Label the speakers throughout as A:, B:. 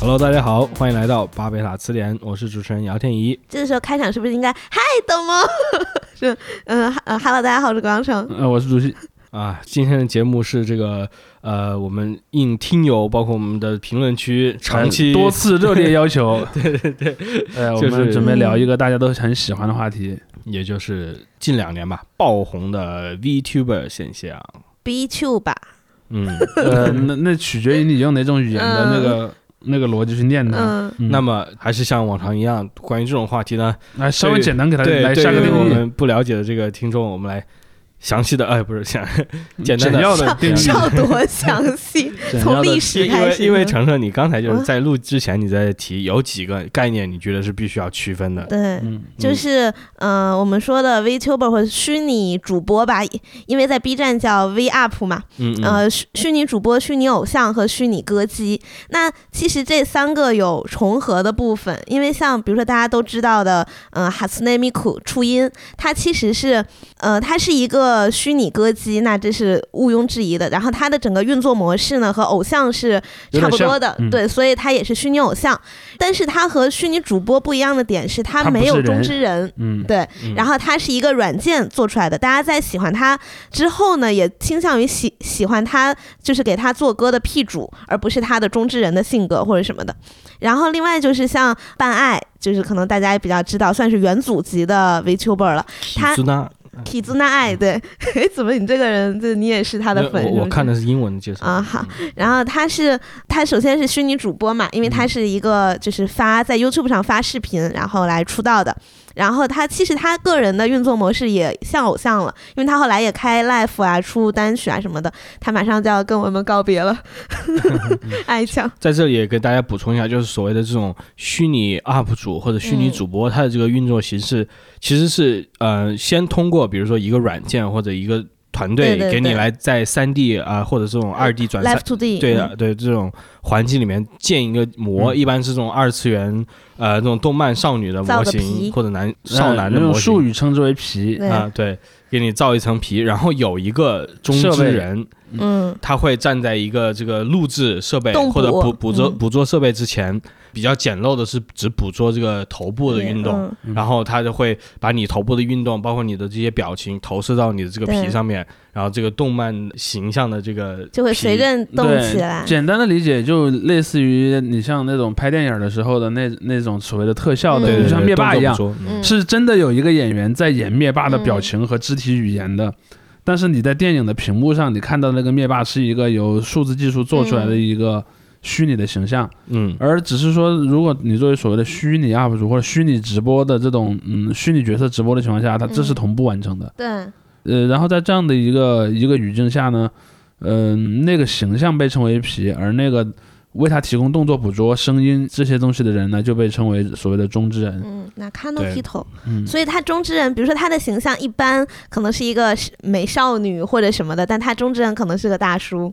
A: Hello，大家好，欢迎来到巴贝塔词典，我是主持人姚天怡。
B: 这时候开场是不是应该嗨，懂 吗？是，嗯、呃、哈喽，大家好，我是广城。
A: 呃，我是主席啊。今天的节目是这个呃，我们应听友包括我们的评论区长期
C: 呃多次 热烈要求，
A: 对对 对，
C: 呃，我
A: 就是嗯
C: 们准备聊一个大家都很喜欢的话题。
A: 也就是近两年吧爆红的 VTuber 现象。
B: B two 吧，
A: 嗯，
C: 呃，那那取决于你用哪种语言的那个那个逻辑去念它。
B: 嗯，
C: 嗯
A: 那么还是像往常一样，关于这种话题呢，
C: 来稍微简单给它
A: 对
C: 来
A: 对
C: 下个
A: 于
C: 定
A: 我
C: 义，
A: 们不了解的这个听众，我们来详细的，哎，不是想 简单
C: 简
A: 的
C: 要的定义，
B: 要多详细，
A: 嗯
C: 简
B: 从
C: 要的
B: 历
A: 因
B: 史
A: 因
B: 开
A: 为
B: 始。
A: 因为程程，你刚才就是
B: 啊
A: 在录之前你在提有几个概念，你觉得是必须要区分的。
B: 对，
C: 嗯，
B: 就是嗯、呃我们说的 VTuber 或者虚拟主播吧，因为在 B 站叫 V Up 嘛，
A: 嗯嗯
B: 呃，虚虚拟主播、虚拟偶像和虚拟歌姬。那其实这三个有重合的部分，因为像比如说大家都知道的，呃，哈斯内米库初音，它其实是，呃，它是一个虚拟歌姬，那这是毋庸置疑的。然后它的整个运作模式呢，和偶像是
C: 有
B: 差
C: 点
B: 不多的，
C: 嗯
B: 对，所以它也是虚拟偶像。但是它和虚拟主播不一样的点是，它
C: 它不
B: 没有
C: 是
B: 中
C: 人
B: 之人
C: 嗯，
B: 对，
A: 嗯
B: 然后它是一个软件做出来的，大家在喜欢它之后呢，也倾向于喜喜欢它，就是给它做歌的屁主，而不是它的中之人的性格或者什么的。然后另外就是像半爱，就是可能大家也比较知道，算是元祖级的 VTuber 了。他
A: 是呢，
B: 体兹那爱，对， 诶，怎么你这个人，这你也是他的粉
A: 我
B: 是不
A: 我
B: 是
A: 看的是英文的介绍嗯
B: 啊好然后他是他首先是虚拟主播嘛，因为他是一个就是发在 YouTube 上发视频，然后来出道的。然后他其实他个人的运作模式也像偶像了，因为他后来也开 live 啊、出单曲啊什么的。他马上就要跟我们告别了， 爱酱。
A: 在这里也给大家补充一下，就是所谓的这种虚拟 UP 主或者虚
B: 嗯
A: 拟主播，它的这个运作形式其实是呃，先通过比如说一个软件或者一个团队
B: 对对
A: 给你
B: 对
A: 来在三 D 啊或者这种二 D 转三
B: Live to D，
A: 对啊的，对这种环境里面建一个模，
C: 嗯
A: 一般是这种二次元呃这种动漫少女的模
B: 造个皮
A: 型或者男少男的
C: 用
A: 模
C: 术
A: 型
C: 语称之为皮，
B: 对
A: 啊，对，给你造一层皮，然后有一个中
C: 设
A: 之
C: 备
A: 人，
B: 嗯，
A: 他会站在一个这个录制设备
B: 动捕
A: 或者捕捕捉
B: 嗯
A: 捕捉设备之前，比较简陋的是只捕捉这个头部的运动，
B: 嗯
C: 嗯
A: 然后他就会把你头部的运动，包括你的这些表情投射到你的这个皮
B: 对
A: 上面，然后这个动漫形象的这个
B: 就会
A: 皮
B: 随着动
C: 对
B: 起来。
C: 简单的理解就类似于你像那种拍电影的时候的那那种所谓的特效
A: 对
C: 的，
A: 对
C: 就
A: 对
C: 像灭霸一样
A: 动，作捕捉嗯
B: 嗯
C: 是真的有一个演员在演灭霸的表情和肢体语言的。但是你在电影的屏幕上，你看到那个灭霸是一个由数字技术做出来的一个虚拟的形象，
A: 嗯
C: 而只是说，如果你作为所谓的虚拟 UP 主或者虚拟直播的这种嗯虚拟角色直播的情况下，它这是
B: 嗯
C: 同步完成的。
B: 对，
C: 呃，然后在这样的一个一个语境下呢，嗯、那个形象被称为皮，而那个为他提供动作捕捉、声音这些东西的人呢，就被称为所谓的中之人。
B: 嗯，那看到
A: 对
B: 剃头。
C: 嗯，
B: 所以她中之人，比如说她的形象一般可能是一个美少女或者什么的，但她中之人可能是个大叔。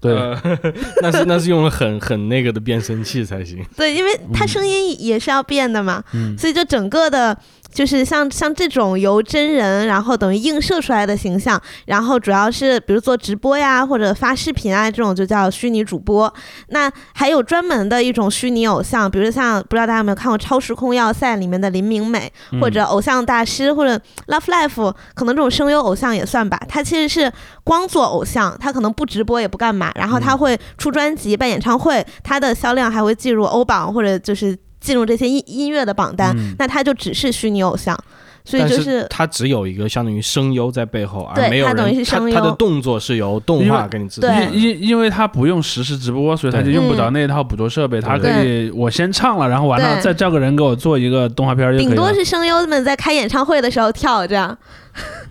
C: 对。
A: 呃 那是那是用了很很那个的变声器才行。
B: 对，因为她声音也是要变的嘛，
C: 嗯
B: 所以就整个的。就是像像这种由真人，然后等于映射出来的形象，然后主要是比如做直播呀，或者发视频啊，这种就叫虚拟主播。那还有专门的一种虚拟偶像，比如像不知道大家有没有看过《超时空要塞》里面的林明美，
C: 嗯
B: 或者偶像大师，或者 Love Life，可能这种声优偶像也算吧。他其实是光做偶像，他可能不直播也不干嘛，然后
C: 嗯
B: 他会出专辑、办演唱会，他的销量还会进入欧榜或者就是进入这些音音乐的榜单。
C: 嗯
B: 那他就只是虚拟偶像，所以
A: 但
B: 就是
A: 它只有一个相当于声优在背后，而
B: 对
A: 没有
B: 它等于
A: 人，
B: 是
A: 它
B: 声
A: 它的
B: 优
A: 动作是由动
C: 因
A: 画
C: 为
A: 给你制作
B: 对
A: 的。
C: 因因因为他不用实时直播，所以他就
A: 对
C: 用不着那一套捕捉设备，他可以我先唱了，然后完了
B: 对
C: 再叫个人给我做一个动画片就可
B: 顶
C: 以啊
B: 多
C: 了。
B: 是声优们在开演唱会的时候跳这样，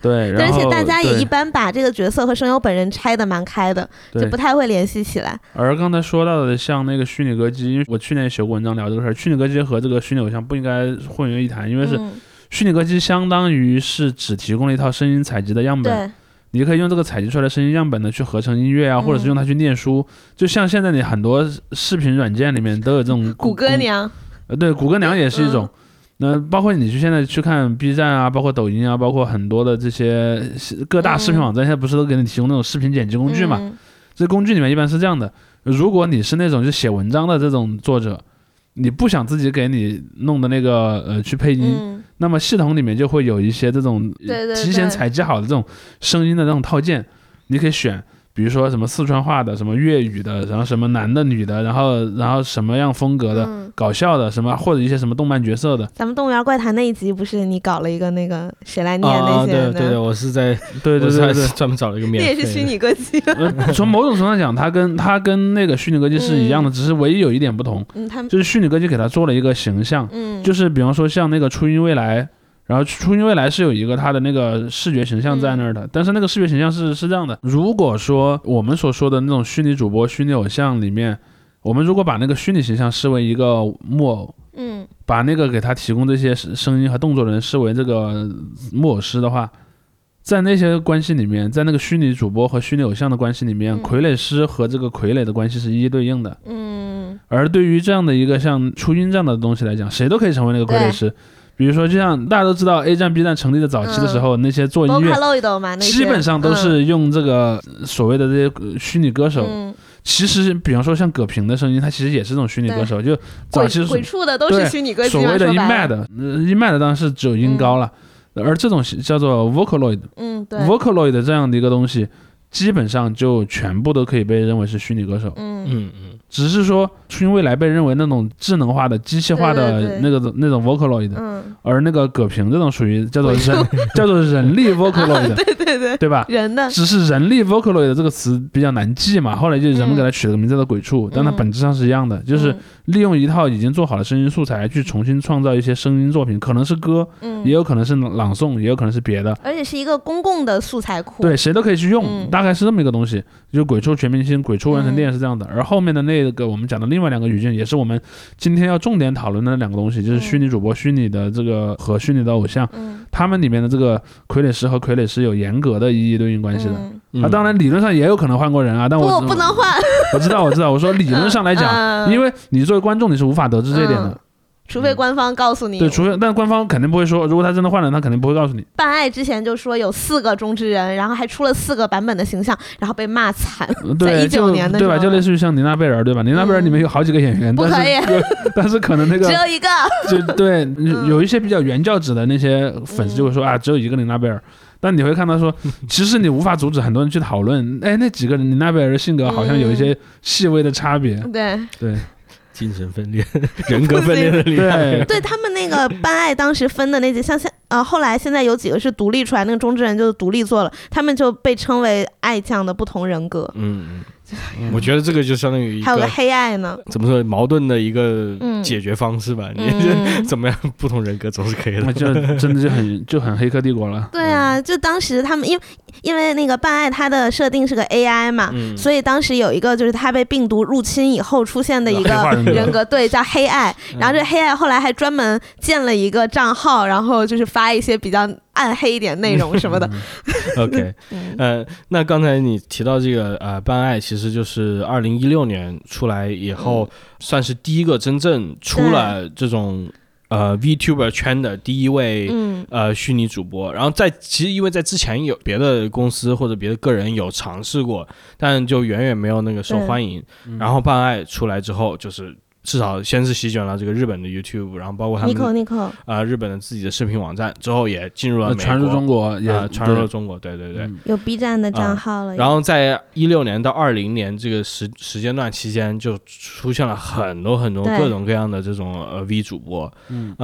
C: 对，然
B: 而
C: 后
B: 且大家也
C: 对
B: 一般把这个角色和声优本人拆的蛮开的，就
C: 对
B: 不太会联系起来。
C: 而刚才说到的，像那个虚拟歌姬，因为我去年写过文章聊这个事儿，虚拟歌姬和这个虚拟偶像不应该混为一谈，因为是
B: 嗯、
C: 虚拟歌姬相当于是只提供了一套声音采集的样本，
B: 对，
C: 你可以用这个采集出来的声音样本呢去合成音乐啊，
B: 嗯
C: 或者是用它去念书，就像现在你很多视频软件里面都有这种
B: 谷歌娘，
C: 呃，对，谷歌娘也是一
B: 嗯
C: 种。那包括你去现在去看 B 站啊，包括抖音啊，包括很多的这些各大视频网站，现在不是都给你提供那种视频剪辑工具嘛？
B: 嗯
C: 这工具里面一般是这样的：如果你是那种就写文章的这种作者，你不想自己给你弄的那个呃去配音，
B: 嗯，
C: 那么系统里面就会有一些这种
B: 对对
C: 提前
B: 对
C: 采集好的这种声音的这种套件，你可以选，比如说什么四川话的，什么粤语的，然后什么男的、女的，然后然后什么样风格的，
B: 嗯
C: 搞笑的，什么或者一些什么动漫角色的，
B: 咱们动物园怪谈那一集不是你搞了一个那个谁来念
A: 啊，
B: 那些
A: 对
B: 的？
A: 对对，我是在，
C: 对对
A: 我
C: 对
A: 是
C: 对
A: 在。 专门找了一个
B: 那
A: 免
B: 也
A: 费
B: 是虚
A: 的。
B: 拟歌姬，
C: 呃从某种程度上讲，它跟它跟那个虚拟歌姬是一样的，只是唯一有一点不同，
B: 嗯，他们
C: 就是虚拟歌姬给它做了一个形象，
B: 嗯，
C: 就是比方说像那个初音未来，然后初音未来是有一个它的那个视觉形象在那儿的，但是那个视觉形象是是这样的，如果说我们所说的那种虚拟主播、虚拟偶像里面，我们如果把那个虚拟形象视为一个木偶，
B: 嗯
C: 把那个给他提供这些声声音和动作的人视为这个木偶师的话。在那些关系里面，在那个虚拟主播和虚拟偶像的关系里面，
B: 嗯
C: 傀儡师和这个傀儡的关系是一一对应的。
B: 嗯
C: 而对于这样的一个像初音这样的东西来讲，谁都可以成为那个傀儡师。比如说，就像大家都知道 A 站、B 站成立的早
B: 嗯
C: 期的时候，那些做音乐
B: Vocaloid 嘛，那些嗯
C: 基本上都是用这个呃所谓的这些呃虚拟歌手。
B: 嗯，
C: 其实，比方说像葛平的声音，他其实也是这种虚拟歌手，就早
B: 鬼
C: 期
B: 鬼畜的都是
C: 对
B: 虚拟歌姬
C: 所
B: 嘛
C: 谓的
B: 说
C: 音
B: 白
C: 麦
B: 了
C: 的，呃音麦的当然是只有音高了，而这种叫做 Vocaloid。
B: 嗯，对，
C: Vocaloid 这样的一个东西，基本上就全部都可以被认为是虚拟歌手。
B: 嗯
A: 嗯嗯，
C: 只是说初音未来被认为那种智能化的、机械化的
B: 对对对
C: 那个那种 Vocaloid，、
B: 嗯，
C: 而那个葛平这种属于 叫做人叫做人力 Vocaloid，、
B: 对嗯对对，
C: 对吧？
B: 人的
C: 只是人力 Vocaloid 这个词比较难记嘛，后来就人们给它取了个名字叫做鬼畜，但它
B: 嗯
C: 本质上是一样的，就是利用一套已经做好的声音素材去重新创造一些声音作品，可能是歌，
B: 嗯，嗯
C: 也有可能是朗诵，也有可能是别的。
B: 而且是一个公共的素材库，
C: 对，谁都可以去用，
B: 嗯
C: 大概是这么一个东西。就鬼畜全明星、鬼畜完成店是这样的，
B: 嗯
C: 而后面的那个我们讲的另外两个语境，也是我们今天要重点讨论的两个东西，就是虚拟主播、虚拟的这个和虚拟的偶像，
B: 嗯，
C: 他们里面的这个傀儡师和傀儡师有严格的一一对应关系的。
B: 嗯
A: 嗯
C: 啊，当然理论上也有可能换过人啊，但
B: 不，
C: 我
B: 我不能换，
C: 我知道我知道，我说理论上来讲，
B: 嗯
C: 因为你作为观众你是无法得知这一点的
B: 嗯，除非官方告诉你，
C: 对，除非但官方肯定不会说，如果他真的换了，他肯定不会告诉你。
B: 办爱之前就说有四个中之人，然后还出了四个版本的形象，然后被骂惨，
C: 呃对，
B: 19
C: 就
B: 年的
C: 对吧？
B: 时候嗯
C: 就类似于像妮娜贝尔，对吧？妮娜贝尔里面有好几个演员，
B: 不可以嗯
C: 但是但是可能那个
B: 只有一个，
C: 就对有有一些比较原教旨的那些粉丝就会
B: 嗯
C: 说啊，只有一个妮娜贝尔。但你会看 到说，其实你无法阻止很多人去讨论，哎，那几个人妮娜贝尔的性格好像有一
B: 嗯
C: 些细微的差别。
B: 对
C: 对
A: 精神分裂、 人格分裂的力量。
C: 对，
B: 对，他们那个办爱当时分的那几，像现呃后来现在有几个是独立出来，那个中之人就独立做了，他们就被称为爱酱的不同人格，
A: 嗯，嗯，我觉得这个就相当于一
B: 还有个
A: 个
B: 黑爱呢，
A: 怎么说矛盾的一个
B: 嗯
A: 解决方式吧。 你
B: 嗯
A: 怎么样，不同人格总是可以
C: 那
A: 的。
C: 就真的就很就很黑客帝国了。
B: 对啊，就当时他们因为因为那个办爱它的设定是个 AI 嘛，
A: 嗯
B: 所以当时有一个就是他被病毒入侵以后出现的一
C: 黑化
B: 个
C: 人格
B: 人格，对，叫黑爱。
C: 嗯
B: 然后这黑爱后来还专门建了一个账号，然后就是发一些比较暗黑一点内容什么
A: 嗯
B: 的。
A: OK，
B: 嗯
A: 呃，那刚才你提到这个呃，办爱其实就是二零一六年出来以
C: 嗯
A: 后，算是第一个真正出了这种呃 VTuber 圈的第一位。
B: 嗯
A: 呃，虚拟主播，然后在其实因为在之前有别的公司或者别的个人有尝试过，但就远远没有那个受欢迎。
C: 嗯
A: 然后办爱出来之后，就是至少先是席卷了这个日本的 YouTube，然后包括
C: 嗯
A: 他
B: ，Nico
A: 们
B: Nico，
A: 呃日本的自己的视频网站，之后也进入了
C: 呃
A: 美
C: 传入
A: 国
C: 中国也
A: 啊，传入了
C: 对
A: 中国，对对对。
C: 嗯
B: 有 B 站的账号了。
A: 然后在一六年到二零年这个时时间段期间，就出现了很多很多
B: 对
A: 各种各样的这种呃 V 主播，
C: 嗯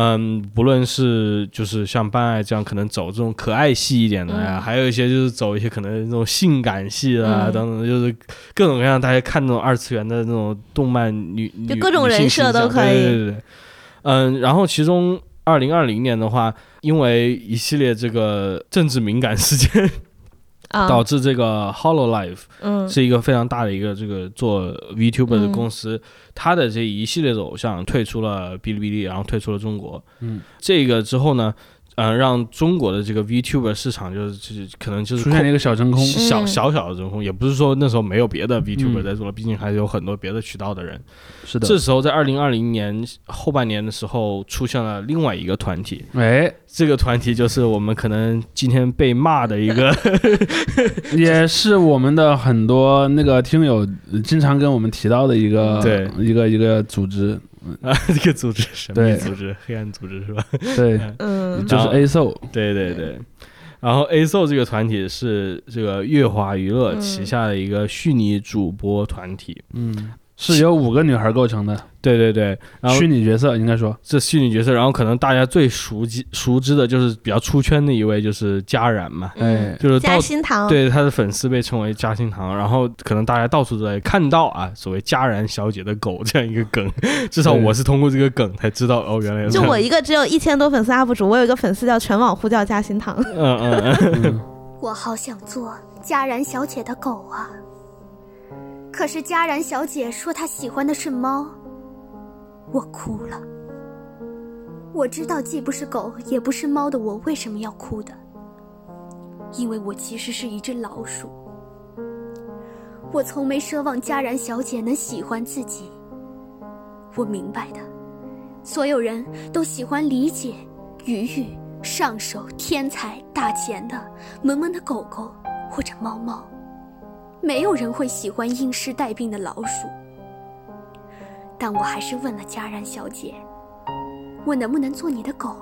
A: 不论是就是像办爱这样可能走这种可爱系一点的呀，
B: 嗯
A: 还有一些就是走一些可能那种性感系啊、
B: 嗯
A: 等等，就是各种各样大家看那种二次元的那种动漫女女
B: 就各种
A: 女性
B: 人设
A: 形象
B: 都可以
A: 对对对对对，嗯，然后其中二零二零年的话，因为一系列这个政治敏感事件，
B: 啊，
A: 导致这个 Hollow Life。
B: 嗯
A: 是一个非常大的一个这个做 VTuber 的公司，它的这一系列的偶像退出了哔哩哔哩，然后退出了中国。
C: 嗯，
A: 这个之后呢，嗯、让中国的这个 VTuber 市场就是就是可能就是
C: 嗯出现了一个小真空，
A: 小
B: 嗯
A: 小小的真空，也不是说那时候没有别的 VTuber
C: 嗯
A: 在做了，毕竟还有很多别的渠道的人。
C: 是
A: 这时候在二零二零年后半年的时候，出现了另外一个团体，
C: 哎，
A: 这个团体就是我们可能今天被骂的一个
C: 也是我们的很多那个听友呃经常跟我们提到的一个
A: 嗯对
C: 一个一个组织，
A: 啊，这个组织神秘
C: 对
A: 组织，黑暗组织是吧？
C: 对，
B: 嗯
C: 就是 A s o
A: 对对对。然后 A SO 这个团体是这个月华娱乐
B: 嗯
A: 旗下的一个虚拟主播团体，
C: 嗯，是由五个女孩构成的
A: 对对对。然后
C: 虚拟角色，应该说
A: 这虚拟角色，然后可能大家最熟知熟知的就是比较出圈的一位就是佳然嘛，
B: 嗯
C: 哎
A: 就是到
B: 嘉兴堂，
A: 对他的粉丝被称为嘉兴堂，然后可能大家到处都在看到啊，所谓佳然小姐的狗这样一个梗， 至少
C: 对
A: 我是通过这个梗才知道哦，原来有
B: 就
A: 这样
B: 我一个只有一千多粉丝 UP 主，我有一个粉丝叫全网呼叫嘉兴堂，
A: 嗯嗯嗯，
D: 我好想做佳然小姐的狗啊，可是佳然小姐说她喜欢的是猫，我哭了。我知道既不是狗也不是猫的我为什么要哭的，因为我其实是一只老鼠。我从没奢望佳然小姐能喜欢自己，我明白的，所有人都喜欢理解、愉悦、上手、天才、大钱的。萌萌的狗狗或者猫猫，没有人会喜欢因尸带病的老鼠。但我还是问了佳然小姐，我能不能做你的狗？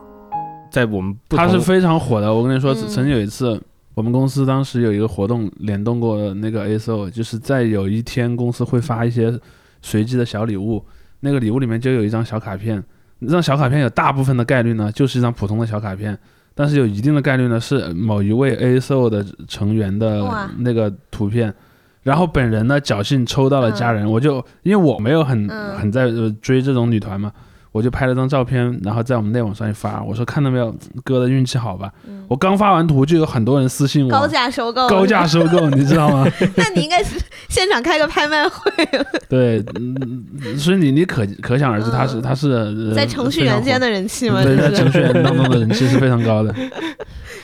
A: 在我们不
C: 她
A: 同
C: 是非常火的。我跟你说，
B: 嗯
C: 曾经有一次。我们公司当时有一个活动联动过那个 A s o 就是在有一天公司会发一些随机的小礼物，那个礼物里面就有一张小卡片，那张小卡片有大部分的概率呢就是一张普通的小卡片，但是有一定的概率呢是某一位 A s o 的成员的
B: 哇
C: 那个图片。然后本人呢侥幸抽到了家人，我就因为我没有很、
B: 嗯
C: 很在呃追这种女团嘛，我就拍了张照片，然后在我们内网上一发，我说看到没有，哥的运气好吧。我刚发完图就有很多人私信我
B: 嗯高价收购，
C: 高价，收 购，你知道吗？
B: 那你应该是现场开个拍卖会，
C: 对，嗯，所以你你可可想而知，他是
B: 嗯
C: 他是、呃
B: 在程序员间的人气
C: 非
B: 吗？
C: 常火对，在
B: 就是
C: 程序 员当中的人气是非常 高的。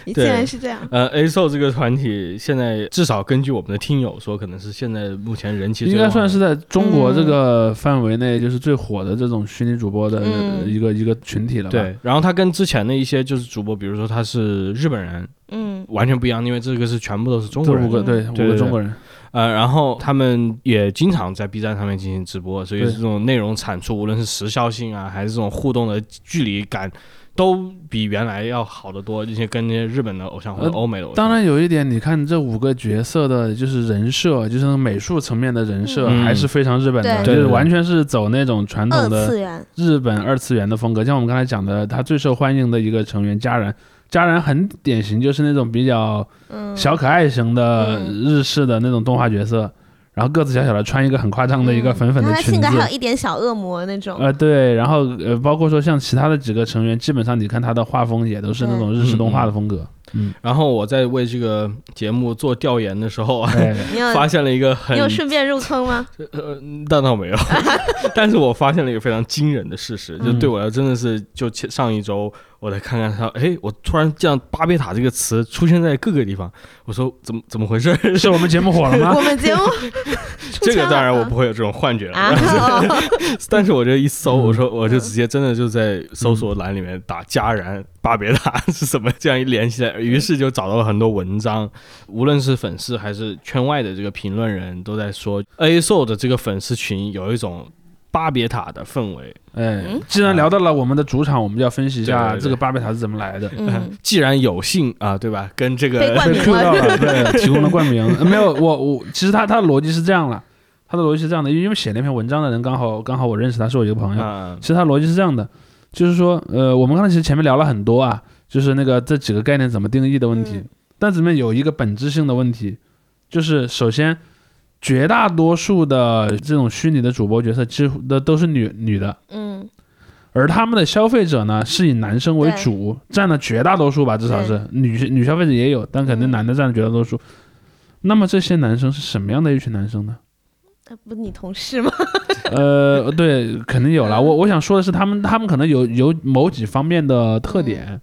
B: 你竟然是这样，
A: 呃 A SO 这个团体现在至少根据我们的听友说，可能是现在目前人气最
C: 应该
A: 旺
C: 算
A: 的
C: 是在中
B: 嗯
C: 国这个范围内，就是最火的这种虚拟主播的
B: 嗯
C: 一个、一个群体了吧？，
A: 对。然后他跟之前的一些就是主播，比如说他是日本人，
B: 嗯
A: 完全不一样，因为这个是全部都是中
C: 这
A: 国
C: 五
A: 人。
C: 个对
A: 对
C: 五
A: 对
C: 个
A: 对
C: 中国人，
A: 呃，然后他们也经常在 B 站上面进行直播，所以
C: 对
A: 这种内容产出，无论是时效性啊，还是这种互动的距离感，都比原来要好得多。一些跟那些日本的偶像或者
C: 呃
A: 欧美的偶像，
C: 当然有一点，你看这五个角色的，就是人设，就是那种美术层面的人设，
A: 嗯
C: 还是非常日本的，
B: 对
C: 就是
A: 对对
C: 完全是走那种传
B: 二
C: 统的
B: 次元，
C: 日本二次元的风格。像我们刚才讲的，他最受欢迎的一个成员家人，家人很典型，就是那种比较
B: 嗯，
C: 小可爱型的日式的那种动画角色，然后个子小小的，穿一个很夸张的一个粉粉
B: 嗯然后
C: 的
B: 他
C: 裙
B: 性
C: 子
B: 格，还有一点小恶魔那种，
C: 呃，对，然后呃，包括说像其他的几个成员，基本上你看他的画风也都是那种日式动画的风格。
A: 然后我在为这个节目做调研的时候啊，
C: 哎，
B: 你有
A: 发现了一个很
B: 呃你有顺便入坑吗？
A: 呃，但倒没有， 但是我发现了一个非常惊人的事实，
B: 嗯
A: 就对我来说真的是，就前上一周我在看看他，哎，我突然见到巴贝塔这个词出现在各个地方，我说怎么怎么回事？
C: 哎是我们节目火了吗
B: 我？们 节目
A: 这个当然我
B: 出
A: 不会有这种幻觉了，
B: 啊， 哦
A: 但是我这一搜，我
B: 嗯
A: 说我就直接真的就在搜索栏里面打“佳然巴别塔”是怎么这样一联系来，于是就找到了很多文章，无论是粉丝还是圈外的这个评论人都在说 A SO 的这个粉丝群有一种巴别塔的氛围。
C: 哎，既然聊到了我们的主场，我们就要分析一
A: 对
C: 下
A: 对对
C: 这个巴贝塔是怎么来的。
B: 嗯，
A: 既然有幸啊，对吧？跟这
B: 被
A: 个
B: 冠
C: 被
B: 名
C: Q 到
B: 了，
C: 了，对，提供了冠名。呃没有，我我其实他他的逻辑是这样了，他的逻辑是这样的，因为因为写那篇文章的人刚好刚好我认识他，是我一个朋友。
A: 啊
C: 其实它逻辑是这样的，就是说，呃，我们刚才其实前面聊了很多啊，就是那个这几个概念怎么定义的问题，
B: 嗯
C: 但里面有一个本质性的问题，就是首先，绝大多数的这种虚拟的主播角色，几乎的都是女女的，
B: 嗯，
C: 而他们的消费者呢是以男生为主，占了绝大多数吧，至少是女女消费者也有，但肯定
B: 嗯
C: 男的占了绝大多数。那么这些男生是什么样的一群男生呢？
B: 那不你同事吗？
C: 呃，对，肯定有了。我我想说的是，他们他们可能有有某几方面的特点，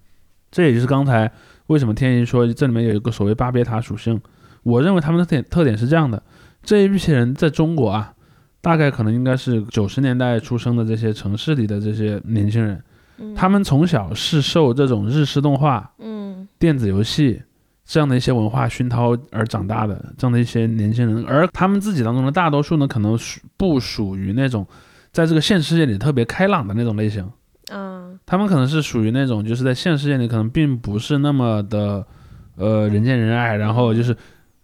C: 这也就是刚才为什么天一说这里面有一个所谓巴别塔属性。我认为他们的特点特点是这样的：这一批人在中国啊，大概可能应该是九十年代出生的这些城市里的这些年轻人，
B: 嗯
C: 他们从小是受这种日式动画、
B: 嗯
C: 电子游戏这样的一些文化熏陶而长大的这样的一些年轻人，而他们自己当中的大多数呢，可能属不属于那种在这个现实世界里特别开朗的那种类型。
B: 嗯
C: 他们可能是属于那种就是在现实世界里可能并不是那么的呃人见人爱，然后就是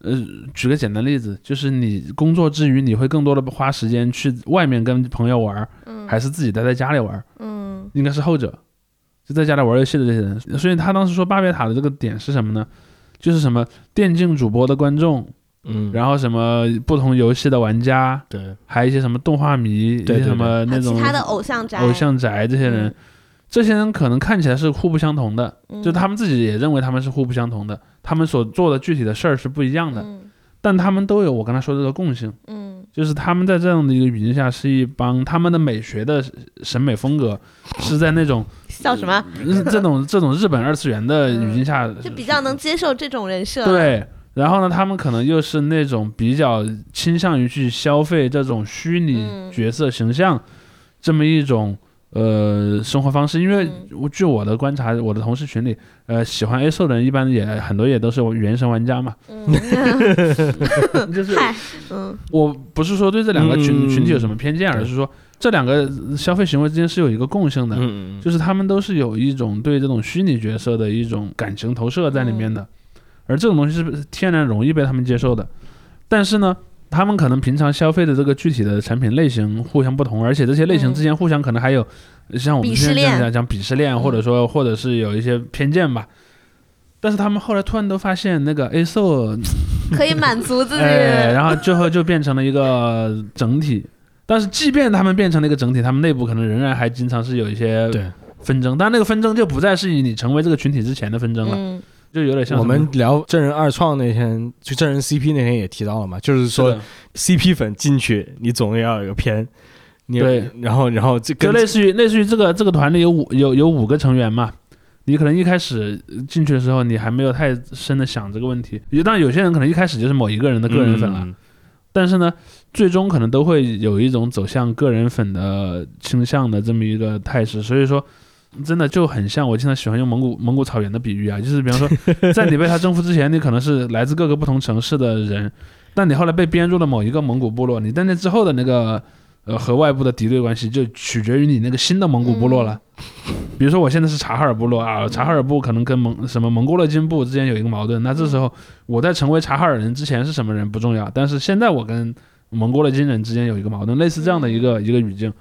C: 呃举个简单例子，就是你工作之余你会更多的花时间去外面跟朋友玩，
B: 嗯
C: 还是自己待在家里玩？
B: 嗯
C: 应该是后者，就在家里玩游戏的这些人。所以他当时说巴别塔的这个点是什么呢？就是什么电竞主播的观众，
A: 嗯，
C: 然后什么不同游戏的玩家，
A: 对，
C: 还有一些什么动画迷，一
A: 对
C: 些什么
B: 还
C: 那
B: 有
C: 种
B: 其他的偶像宅，
C: 偶像宅这些人，这些人可能看起来是互不相同的，
B: 嗯
C: 就他们自己也认为他们是互不相同的，他们所做的具体的事儿是不一样的，
B: 嗯
C: 但他们都有我刚才说的这个共性，
B: 嗯
C: 就是他们在这样的一个语境下是一帮他们的美学的审美风格是在那种
B: 叫什么？
C: 日这种这种日本二次元的
B: 嗯
C: 语境下，
B: 就比较能接受这种人设，，
C: 嗯对。然后呢，他们可能又是那种比较倾向于去消费这种虚拟
B: 嗯
C: 角色形象、这么一种呃生活方式。因为
B: 嗯
C: 我据我的观察，我的同事群里，呃，喜欢 A 兽的人一般也很多也都是原神玩家嘛。
B: 嗯，
C: 就是
B: 嗨，嗯
C: 我不是说对这两个群、
A: 嗯
C: 群体有什么偏见，而
A: 对
C: 是说这两个消费行为之间是有一个共性的。
A: 嗯嗯
C: 就是他们都是有一种对这种虚拟角色的一种感情投射在里面的，而这种东西是天然容易被他们接受的。但是呢，他们可能平常消费的这个具体的产品类型互相不同，而且这些类型之间互相可能还有、像我们
B: 鄙
C: 之
B: 视
C: 前
B: 链嗯
C: 讲讲讲鄙视链，或者说或者是有一些偏见吧。但是他们后来突然都发现，那个哎 A s o
B: 可以满足自己，
C: 哎，然后最后就变成了一个整体。但是即便他们变成了一个整体，他们内部可能仍然还经常是有一些
A: 嗯，对，
C: 纷争，但那个纷争就不再是以你成为这个群体之前的纷争了，
B: 嗯
C: 就有点像
A: 我
C: 什么
A: 们聊真人二创那天，就真人 CP 那天也提到了嘛，就是
C: 是的
A: 说 CP 粉进去，你总要有个偏，你
C: 对，
A: 然后然后这
C: 就
A: 跟
C: 类似于类似于这个这个团里有五有有五个成员嘛，你可能一开始呃进去的时候你还没有太深的想这个问题，但有些人可能一开始就是某一个人的个人粉了，啊
A: 嗯
C: 但是呢，最终可能都会有一种走向个人粉的倾向的这么一个态势，所以说。真的就很像我经常喜欢用蒙古蒙古草原的比喻啊，就是比方说， 在你被他征服之前，你可能是来自各个不同城市的人，但你后来被编入了某一个蒙古部落，你在那之后的那个呃和外部的敌对关系就取决于你那个新的蒙古部落了。比如说我现在是察哈尔部落啊，察哈尔部可能跟蒙什么蒙古勒金部之间有一个矛盾，那这时候我在成为察哈尔人之前是什么人不重要，但是现在我跟蒙古勒金人之间有一个矛盾，类似这样的一个一个语境。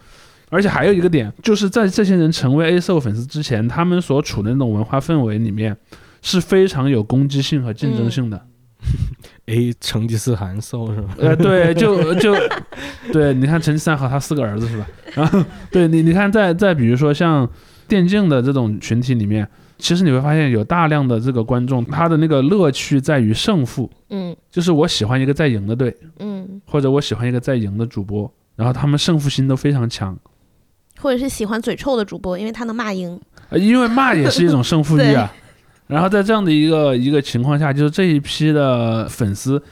C: 而且还有一个点，就是在这些人成为 A s o 粉丝之前，他们所处的那种文化氛围里面是非常有攻击性和竞争性的。
A: A 成吉思汗搜是吧？
C: 呃，对，就就对，你看成吉思汗和他四个儿子是吧？然后对你，你看在在比如说像电竞的这种群体里面，其实你会发现有大量的这个观众，他的那个乐趣在于胜负，
B: 嗯
C: 就是我喜欢一个在赢的队，
B: 嗯，
C: 或者我喜欢一个在赢的主播，然后他们胜负心都非常强，
B: 或者是喜欢嘴臭的主播，因为他能骂赢，
C: 呃因为骂也是一种胜负欲啊。然后在这样的一个一个情况下，就是这一批的粉丝，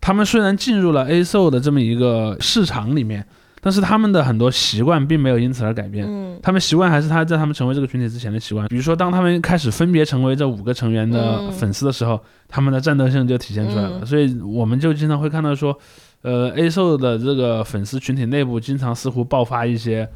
C: 他们虽然进入了 A s o 的这么一个市场里面，但是他们的很多习惯并没有因此而改变。
B: 嗯
C: 他们习惯还是他在他们成为这个群体之前的习惯，比如说当他们开始分别成为这五个成员的
B: 嗯
C: 粉丝的时候，他们的战斗性就体现出来了。
B: 嗯
C: 所以我们就经常会看到说，呃，A s o 的这个粉丝群体内部经常似乎爆发 一些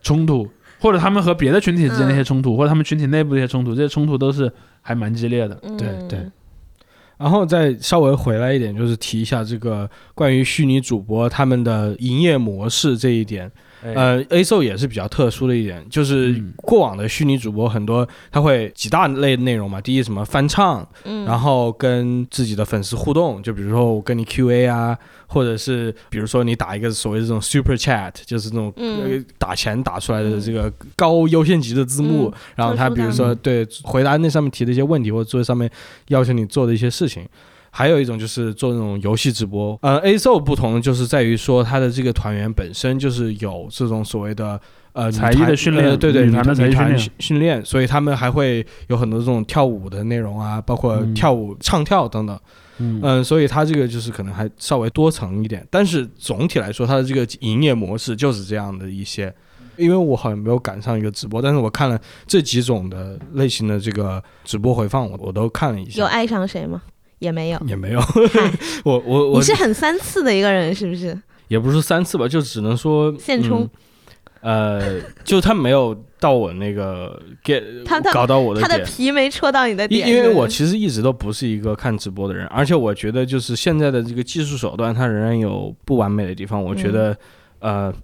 C: 冲突，或者他们和别的群体之间的一
B: 嗯
C: 些冲突，或者他们群体内部的一些冲突，这些冲突都是还蛮激烈的。
B: 嗯，
A: 对对， 然后再稍微回来一点，就是提一下这个关于虚拟主播他们的营业模式这一点。
C: 哎，
A: 呃，A s o 也是比较特殊的一点，就是
C: 嗯
A: 过往的虚拟主播很多，他会几大类内容嘛。第一，什么翻唱，
B: 嗯，
A: 然后跟自己的粉丝互动，就比如说我跟你 Q&A 啊，或者是比如说你打一个所谓这种 Super Chat，就是这种、
B: 嗯
A: 呃打钱打出来的这个高优先级的字幕，
B: 嗯
A: 然后他
B: 特殊
A: 比
B: 的
A: 如说对回答那上面提的一些问题，或者做上面要求你做的一些事情。还有一种就是做那种游戏直播。呃，A s o 不同就是在于说它的这个团员本身就是有这种所谓的。呃，
C: 才艺的
A: 女团
C: 训练
A: 呃对对，
C: 女团的才艺
A: 女
C: 训练
A: 训训练，所以他们还会有很多这种跳舞的内容啊，包括
C: 嗯
A: 跳舞、唱跳等等。
C: 嗯
A: 嗯，所以它这个就是可能还稍微多层一点，但是总体来说，它的这个营业模式就是这样的一些。因为我好像没有赶上一个直播，但是我看了这几种的类型的这个直播回放，我我都看了一
B: 有
A: 下，
B: 爱上谁吗？也没有。
A: 也没 有。我我
B: 你
A: 我
B: 是很三次的一个人，是不是？
A: 也不是三次吧，就只能说
B: 现充
A: 嗯呃，就他没有到我那个 get
B: 他的
A: 搞到我的
B: 他的
A: 点。
B: 皮没戳到你的
A: 因
B: 点。
A: 因为我
B: 是
A: 其实一直都不是一个看直播的人，而且我觉得就是现在的这个技术手段，它仍然有不完美的地方。我觉得，
B: 嗯
A: 呃，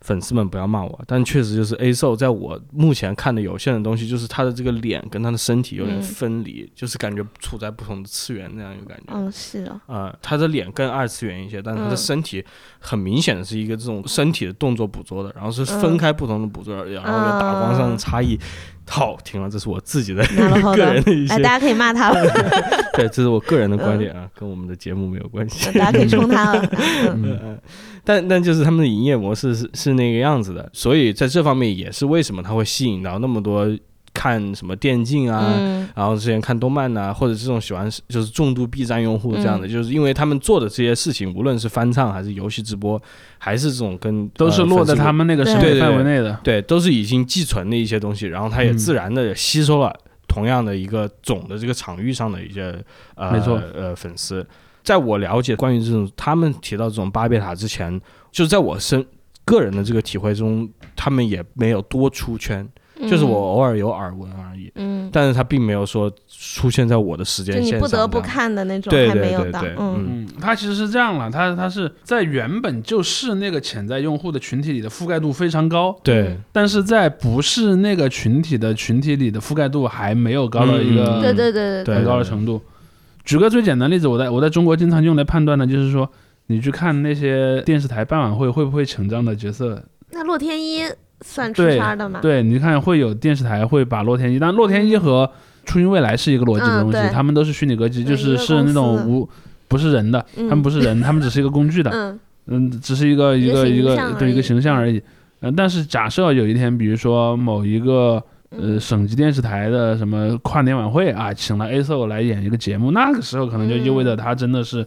A: 粉丝们不要骂我，但确实就是 A s o 在我目前看的有限的东西，就是他的这个脸跟他的身体有点
B: 嗯
A: 分离，就是感觉处在不同的次元那样一个感觉。
B: 不是嗯，是哦，
A: 呃，他的脸更二次元一些，但是他的
B: 嗯
A: 身体很明显的是一个这种身体的动作捕捉的，然后是分
B: 嗯
A: 开不同的捕捉，然后有打光上的
B: 嗯
A: 差异。好，停了，这是我自己的
B: 拿了后
A: 个人的一
B: 哎，
A: 些
B: 大家可以骂他 了，
A: 对，这是我个人的观点啊，跟我们的节目没有关系。
B: 大家可以冲他了。嗯
C: 嗯
A: 呃但但就是他们的营业模式是是那个样子的，所以在这方面也是为什么它会吸引到那么多看什么电竞 啊。
B: 嗯
A: 然后之前看动漫呐、或者这种喜欢就是重度 B 站用户这样的，就是因为他们做的这些事情，无论是翻唱还是游戏直播，还是这种跟
C: 都是
A: 呃
C: 落
A: 粉丝
C: 在他们那个审
A: 对
C: 美
A: 对
C: 范
A: 对
C: 围内的。
A: 对，都是已经寄存的一些东西，然后它也
C: 嗯
A: 自然的吸收了同样的一个总的这个场域上的一些呃
C: 没错
A: 呃粉丝。在我了解关于这种他们提到这种巴别塔之前，就是在我身个人的这个体会中，他们也没有多出圈， 就是我，偶尔有耳闻而已，
B: 嗯，
A: 但是他并没有说出现在我的时
B: 就
A: 间线上。
B: 你不得不，看的那种，
A: 对
B: 还没
A: 对
B: 有
A: 对
B: 到
A: 对，，
B: 嗯。
A: 嗯
C: 嗯，它其实是这样了，它它是在原本就是那个潜在用户的群体里的覆盖度非常高，
A: 对
C: 但是在不是那个群体的群体里的覆盖度还没有高到一
A: 嗯
B: 对
C: 个
B: 对对对
A: 对
C: 很高的程度。举个最简单的例子，我在我在中国经常用来判断的就是说，你去看那些电视台办晚会会不会请这样的角色，
B: 那洛天依算出
C: 对
B: 圈儿的吗？
C: 对，你看会有电视台会把洛天依，但洛天依和初音未来是一个逻辑的
B: 嗯
C: 东西，
B: 对
C: 他们都是虚拟歌姬，
B: 嗯
C: 就
B: 一
C: 是
B: 个
C: 是
B: 公
C: 那种
B: 司
C: 无不是人的，
B: 嗯
C: 他们不是人，他们只是一个工具的，
B: 嗯
C: 嗯，只是一个
B: 一
C: 一
B: 个
C: 个一
B: 形
C: 个
B: 象而
C: 对一个
B: 已
C: 形象而已。嗯，但是假设有一天，比如说某一个呃
B: 嗯
C: 省级电视台的什么跨年晚会啊，请了 ASO 来演一个节目，那个时候可能就意味
B: 嗯
C: 着他真的是。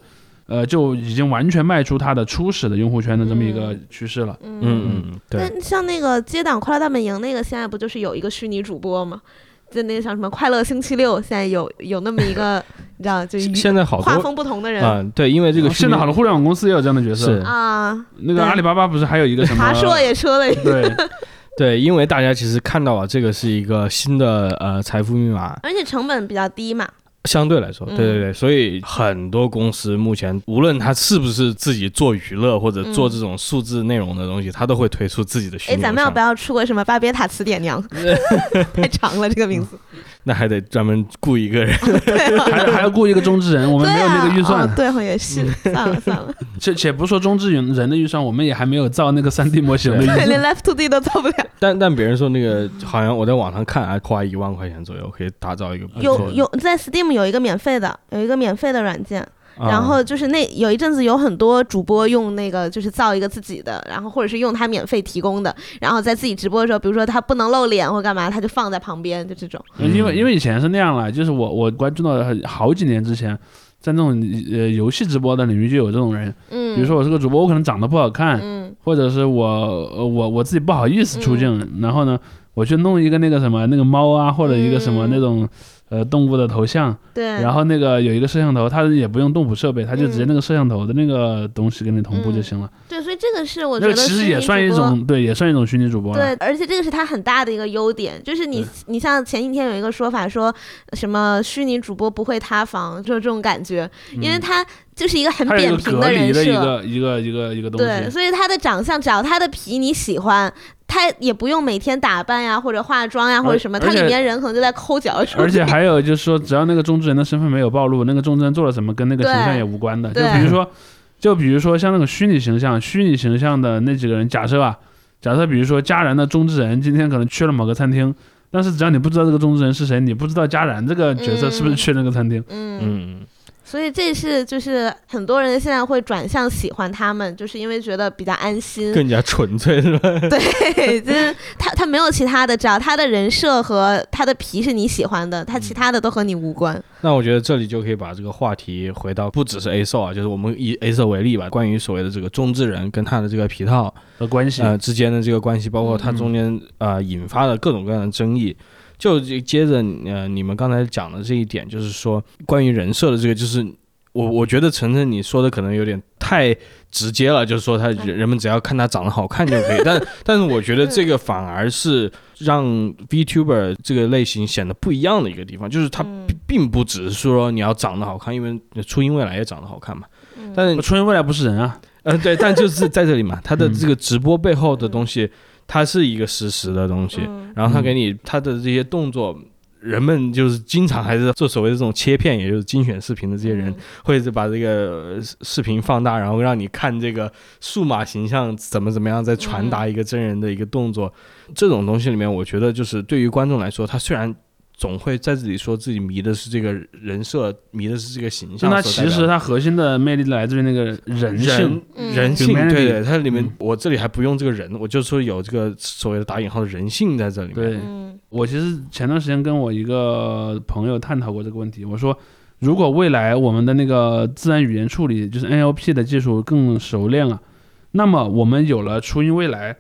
C: 呃，就已经完全迈出他的初始的用户圈的这么一个趋势了。
A: 嗯嗯嗯，对，
B: 那像那个接档《快乐大本营》那个，现在不就是有一个虚拟主播吗？就那个像什么《快乐星期六》，现在有有那么一个，你知道，就
A: 现
B: 一
A: 现在好
B: 画
A: 多
B: 风不同的人哦
A: 嗯、对，因为这个虚
C: 哦现
A: 拟
C: 在好多互联网公司也有这样的角色，
A: 是
B: 啊。
C: 那个
B: 对
C: 阿里巴巴不是还有一个什么？
B: 华硕也说了一，
C: 对，
A: 对，因为大家其实看到了啊这个是一个新的呃财富密码，
B: 而且成本比较低嘛。
A: 相对来说，对
B: 嗯
A: 对对，所以很多公司目前，无论它是不是自己做娱乐或者
B: 嗯
A: 做这种数字内容的东西，它都会推出自己的虚
B: 哎，
A: 拟偶
B: 咱
A: 像。
B: 们要不要出个什么巴别塔词典 娘？太长了这个名字。啊
A: 那还得专门雇一个人。
C: 还还要雇一个中之人，嗯 我们
B: 对
C: 没有那
B: 啊，
C: 个预算嗯
B: 哦，对哦，也是，算了算了，
C: 且且不说中之人人的预算，我们也还没有造那个三 D 模型的 预
B: 对，
C: 算。
B: 连 Left to D 都做不了。
A: 但但别人说那个好像我在网上看啊，花一万块钱左右可以打造一
C: 嗯
A: 个不错
B: 有
A: 的，
B: 有在 Steam 有一个免费的，有一个免费的软件，
A: 啊
B: 然后就是那有一阵子有很多主播用那个就是造一个自己的，然后或者是用他免费提供的，然后在自己直播的时候，比如说他不能露脸或干嘛，他就放在旁边，就这种。
A: 嗯
C: 因为因为以前是那样了，就是我我关注到很好几年之前，在那种呃游戏直播的领域就有这种人，
B: 嗯，
C: 比如说，我是个主播，我可能长得不好看，
B: 嗯
C: 或者是我呃我我自己不好意思出
B: 嗯
C: 镜，然后呢，我去弄一个那个什么那个猫啊，或者一个什么
B: 嗯
C: 那种呃动物的头像，
B: 对，
C: 然后那个有一个摄像头，它也不用动捕设备，它就直接
B: 嗯
C: 那个摄像头的那个东西跟你同步就行了。
B: 对，所以这个是我觉
C: 那
B: 得
C: 个其
B: 虚
C: 实
B: 拟
C: 也算一
B: 主播
C: 种，对，也算一种虚拟主播
B: 对
C: 了。，
B: 而且这个是它很大的一个优点，就是你你像前几天有一个说法说什么虚拟主播不会塌房，就这种感觉，因为他就是一个很
C: 嗯它有
B: 扁
C: 一个
B: 平
C: 隔离
B: 人
C: 的一
B: 设，
C: 个一个一个一个东
B: 对，
C: 西。
B: 所以他的长相只要他的皮你喜欢，他也不用每天打扮呀或者化妆呀或者什么，
C: 而
B: 他里
C: 且
B: 面人可能就在抠脚的 时候
C: 而且还有就是说，只要那个中之人的身份没有暴露，那个中之人做了什么跟那个形象也无关的。就
B: 对
C: 比如说，就比如说像那个虚拟形象，虚拟形象的那几个人，假设啊，假设比如说佳然的中之人今天可能去了某个餐厅，但是只要你不知道这个中之人是谁，你不知道佳然这个角色是不
B: 嗯
C: 是去那个餐厅，
B: 嗯。
A: 嗯，
B: 所以这是就是很多人现在会转向喜欢他们，就是因为觉得比较安心。
A: 更加纯粹是吧？
B: 对，就是他他没有其他的，只要他的人设和他的皮是你喜欢的，他其
C: 嗯
B: 他的都和你无关。
A: 那我觉得这里就可以把这个话题回到不只是 A 兽啊，就是我们以 A 兽为例吧，关于所谓的这个中之人跟他的这个皮套
C: 的关系，
A: 呃之间的这个关系，包括它中间、呃引发的各种各样的争议。就接着呃你们刚才讲的这一点，就是说关于人设的这个，就是我我觉得晨晨你说的可能有点太直接了，就是说他人人们只要看他长得好看就可以，但但是我觉得这个反而是让 VTuber 这个类型显得不一样的一个地方，就是它
B: 嗯
A: 并并不只是说你要长得好看，因为初音未来也长得好看嘛，但是嗯
C: 初音未来不是人啊，
A: 呃，对，但就是在这里 嘛，他的这个直播背后的东西，它是一个实时的东西，
B: 嗯
A: 然后他给你他的这些动作，人们就是经常还是做所谓的这种切片，也就是精选视频的这些
B: 嗯
A: 人，会是把这个呃视视频放大，然后让你看这个数码形象怎么怎么样，再传达一个真人的一个动作。这种东西里面，我觉得就是对于观众来说，他虽然。总会在自己说自己迷的是这个人设，迷的是这个形
C: 就
A: 象所代
C: 它
A: 表的。
C: 其实它核心的魅力来自于那个人性
A: 人，
B: 嗯
A: 人性，
C: Humanity
A: 对对，它里面
C: 嗯
A: 我这里还不用这个人，我就说有这个所谓的打引号的人性在这里面。
C: 对。
B: 嗯
C: 我其实前段时间跟我一个朋友探讨过这个问题，我说，如果未来我们的那个自然语言处理，就是 NLP 的技术更熟练了，那么我们有了初音未来，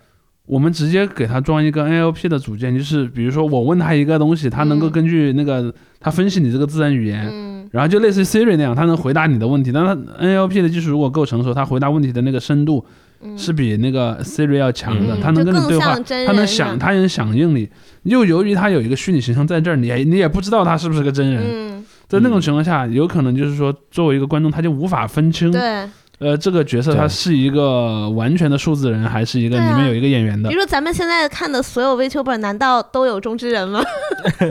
C: 我们直接给它装一个 NLP 的组件，就是比如说我问他一个东西，他能够
B: 嗯
C: 根据那个他分析你这个自然语言，
B: 嗯
C: 然后就类似于 Siri 那样，它能回答你的问题。但它 NLP 的技术如果够成熟，它回答问题的那个深度
B: 嗯，
C: 是比那个 Siri 要强的，
A: 嗯
C: 它能跟你对话
B: 就更像，真人
C: 它能
B: 了
C: 想，它能响应你。又由于它有一个虚拟形象在这儿，你也你也不知道它是不是个真人。
B: 嗯，
C: 在那种情况下，有可能就是说，作为一个观众，他就无法分清，
B: 对。
C: 呃，这个角色
A: 对
C: 他是一个完全的数字人，还是一个
B: 对
C: 里
B: 啊
C: 面有一个演员的
B: 比如。说咱们现在看的所有 VTuber，难道都有中之 人吗？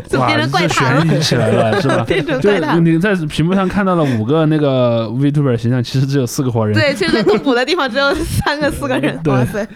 B: 怎么
C: 哇，
B: 变成怪
C: 这
B: 谈了？
C: 悬疑啊起来了，是 吧？
B: 变成怪
C: 就
B: 谈。
C: 你在屏幕上看到了五个那个 VTuber 形象，其实只有四个活人。
B: 对，其实，在 动捕的地方只有三个、四个人。
C: 对
B: 哇塞，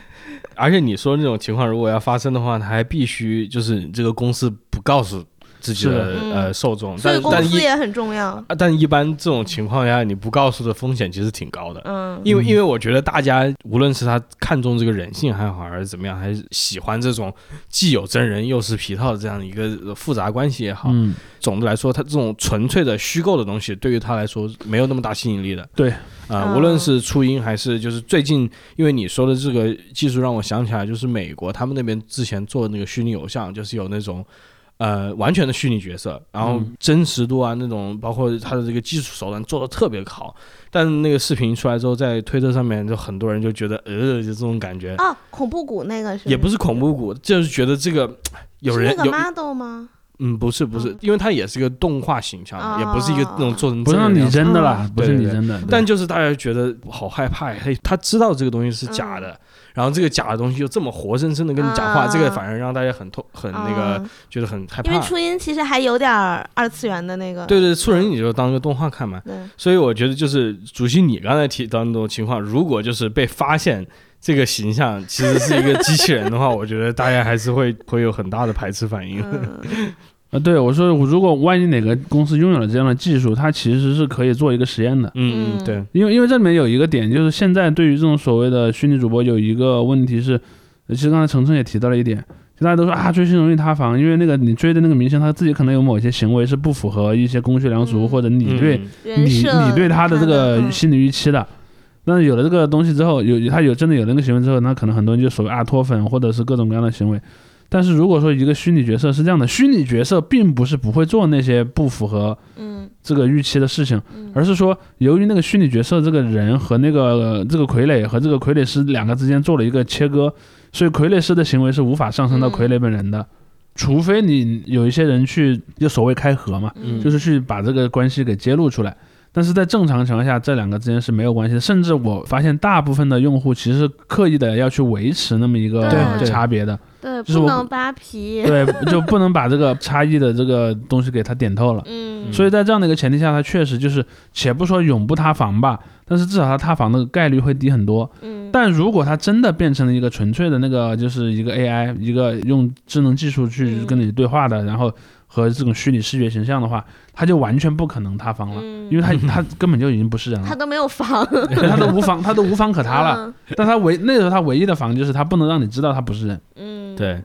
A: 而且你说那种情况如果要发生的话，它还必须就是这个公司不告诉自己的
C: 是
B: 嗯
A: 呃受众，
B: 所以
A: 但
B: 公
A: 但
B: 司
A: 一
B: 也很重要。
A: 啊但一般这种情况下，你不告诉的风险其实挺高的。
B: 嗯
A: 因为，因为我觉得大家无论是他看重这个人性还好，还是怎么样，还是喜欢这种既有真人又是皮套的这样一个呃复杂关系也好，
C: 嗯，
A: 总的来说，它这种纯粹的虚构的东西，对于他来说没有那么大吸引力的。
C: 对
A: 啊、
B: 哦
A: 无论是初音还是就是最近，因为你说的这个技术让我想起来，就是美国他们那边之前做那个虚拟偶像，就是有那种。呃，完全的虚拟角色，然后
C: 嗯
A: 真实度啊，那种包括他的这个技术手段做的特别好，但那个视频出来之后，在推特上面就很多人就觉得，呃，就这种感觉，
B: 啊，恐怖谷那个是
A: 也不是恐怖谷，就是觉得这个有人
B: 是那
A: 有
B: 个 model 吗？
A: 嗯，不是不是
B: 嗯，啊
A: 因为它也是一个动画形象，也不是一个那种做成
C: 不
A: 真
C: 是
A: 人的
C: 让你
A: 样子
C: 真的啦
A: 嗯，
C: 不是你
A: 对对对
C: 真的。对
A: 但就是大家觉得好害怕，嘿，他知道这个东西是假的，然后这个假的东西又这么活生生的跟你讲话，
B: 嗯啊
A: 这个反而让大家很痛，
C: 呃
A: 很那个、
B: 啊
A: 觉得很害
B: 因为嗯
A: 怕。
B: 初音其实还有点儿二次元的那个。
A: 对对，素人你就当个动画看嘛。
B: 对
A: 所以我觉得就是主席你刚才提到那种情况，如果就是被发现。这个形象其实是一个机器人的话，我觉得大家还是会会有很大的排斥反应。
B: 嗯
C: 啊，对我说，如果万一哪个公司拥有了这样的技术，它其实是可以做一个实验的。
A: 嗯嗯，
B: 嗯
A: 对，
C: 因为因为这里面有一个点，就是现在对于这种所谓的虚拟主播有一个问题是，呃其实刚才程程也提到了一点，就大家都说啊追星容易塌房，因为那个你追的那个明星他自己可能有某些行为是不符合一些公序良俗，
B: 嗯
C: 或者你对、
A: 嗯
B: 人
C: 你
B: 设
C: 你对他的这
B: 嗯
C: 个心理预期的。但是有了这个东西之后，有他有真的有那个行为之后，那可能很多人就所谓啊脱粉或者是各种各样的行为。但是如果说一个虚拟角色是这样的，虚拟角色并不是不会做那些不符合
B: 嗯
C: 这个预期的事情，
B: 嗯
C: 而是说由于那个虚拟角色这个人和那个、呃这个傀儡和这个傀儡师两个之间做了一个切割，所以傀儡师的行为是无法上升到
B: 嗯
C: 傀儡本人的，除非你有一些人去就所谓开合嘛，
A: 嗯
C: 就是去把这个关系给揭露出来。但是在正常情况下，这两个之间是没有关系的。甚至我发现，大部分的用户其实刻意的要去维持那么一个
B: 对
C: 呃
A: 对
C: 差 别的，
B: 对
C: 就是
B: 不
C: 我
B: 能扒皮。
C: 对，就不能把这个差异的这个东西给它点透了。
B: 嗯，
C: 所以在这样的一个前提下，它确实就是，且不说永不塌房吧，但是至少它塌房的概率会低很多。
B: 嗯
C: 但如果它真的变成了一个纯粹的那个，就是一个 AI，一个用智能技术去
B: 嗯
C: 跟你对话的，然后和这种虚拟视觉形象的话，他就完全不可能塌房了，因 为他他根本就已经不是人了
B: 他，嗯都没有房，
C: 对他都无房他都无房可塌
B: 嗯
C: 了。但他唯那时候他唯一的防就是他不能让你知道他不是人。
B: 嗯。嗯，
A: 对。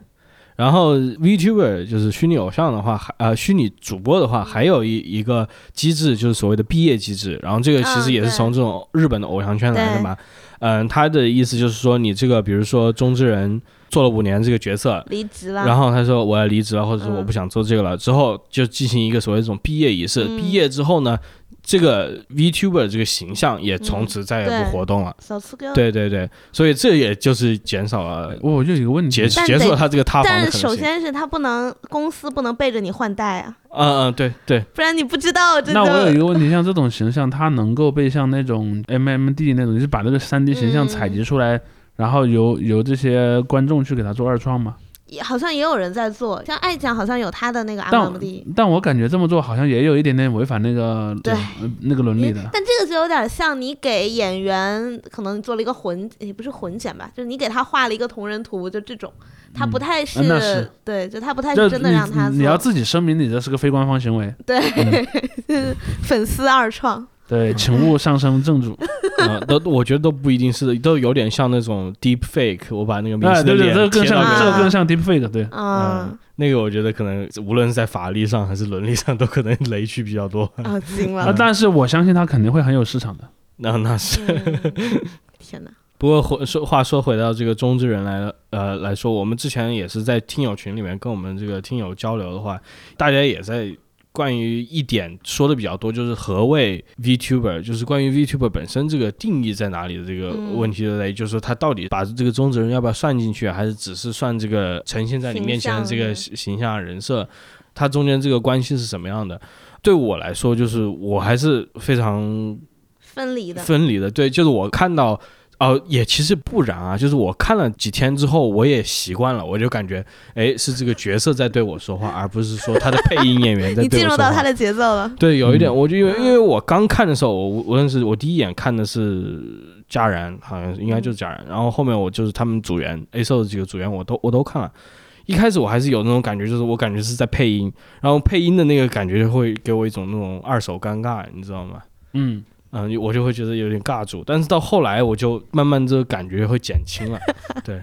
A: 然后 VTuber 就是虚拟偶像的话，还呃虚拟主播的话，还有一一个机制就是所谓的毕业机制。然后这个其实
B: 嗯
A: 也是
B: 对
A: 从这种日本的偶像圈来的嘛。嗯，他的意思就是说，你这个比如说中之人做了五年这个角色，
B: 离职了。嗯
A: 然后他说我要离职了，或者是我不想做这个了，之后就进行一个所谓这种毕业仪式。
B: 嗯
A: 毕业之后呢，这个 VTuber 这个形象也从此再也
B: 嗯对嗯
A: 不活动了。
B: 小刺哥，
A: 对对对，所以这也就是减少了
C: 我就有一个问
A: 解
C: 题，
B: 嗯但
A: 解锁
B: 得
A: 他这个塌房
B: 但
A: 的
B: 是
A: 可
B: 首
A: 能性。
B: 先是他不能，公司不能背着你换代啊，
A: 嗯嗯，对对，
B: 不然你不知道这
C: 那我有一
B: 个。
C: 个问题，像这种形象，它能够被像那种 MMD 那种，就是把这个三 D 形象采集出
B: 嗯
C: 来，然后由由这些观众去给他做二创吗？
B: 也好像也有人在做，像爱酱好像有他的那个
C: 但
B: RMD，
C: 但我感觉这么做好像也有一点点违反那个
B: 对
C: 呃那个伦理的。
B: 但这个就有点像你给演员可能做了一个混，也不是混剪吧，就是你给他画了一个同人图，就这种，他不太是，
C: 嗯那是
B: 对，就他不太
C: 这
B: 是真的让他
C: 你你要
B: 做，
C: 自己声明你这是个非官方行为，
B: 对，就是粉丝二创，
C: 对，请勿上升 正主。
A: 嗯，都我觉得都不一定是，都有点像那种 deep fake，我把那个明
C: 哎，
A: 星的
C: 对对，
A: 脸
C: 这个更
A: 贴到
C: 像
A: 那
B: 个
A: 个
C: 这个更像 deepfake，对。
B: 嗯，
A: 那个我觉得可能无论是在法律上还是伦理上，都可能 雷区比较多。
B: 啊，惊
C: 啊，
B: 了，
C: 但是我相信他肯定会很有市场的。
A: 那那是，
B: 嗯天哪，
A: 不过回说话说回到这个中之人来了，呃来说，我们之前也是在听友群里面跟我们这个听友交流的话，大家也在关于一点说的比较多，就是何谓 VTuber，就是关于 VTuber 本身这个定义在哪里的这个
B: 嗯
A: 问题的来，就是说他到底把这个中之人要不要算进去，啊还是只是算这个呈现在你面前的这个
B: 形
A: 形象人设，它中间这个关系是什么样的？对我来说，就是我还是非常
B: 分离的，
A: 分离的。对，就是我看到，哦，也其实不然啊，就是我看了几天之后，我也习惯了，我就感觉，哎，是这个角色在对我说话，而不是说他的配音演员在
B: 你
A: 对
B: 进
A: 我
B: 入
A: 说
B: 到他
A: 话。
B: 的节奏了，
A: 对，有一点，
C: 嗯
A: 我就因为因为我刚看的时候，我无无论是我第一眼看的是佳然，好像是应该就是佳然，然后后面我就是他们组员 A s o 的几个组员，我都我都看了。一开始我还是有那种感觉，就是我感觉是在配音，然后配音的那个感觉会给我一种那种二手尴尬，你知道吗？
C: 嗯，
A: 嗯，我就会觉得有点尬住，但是到后来我就慢慢这个感觉会减轻了。对，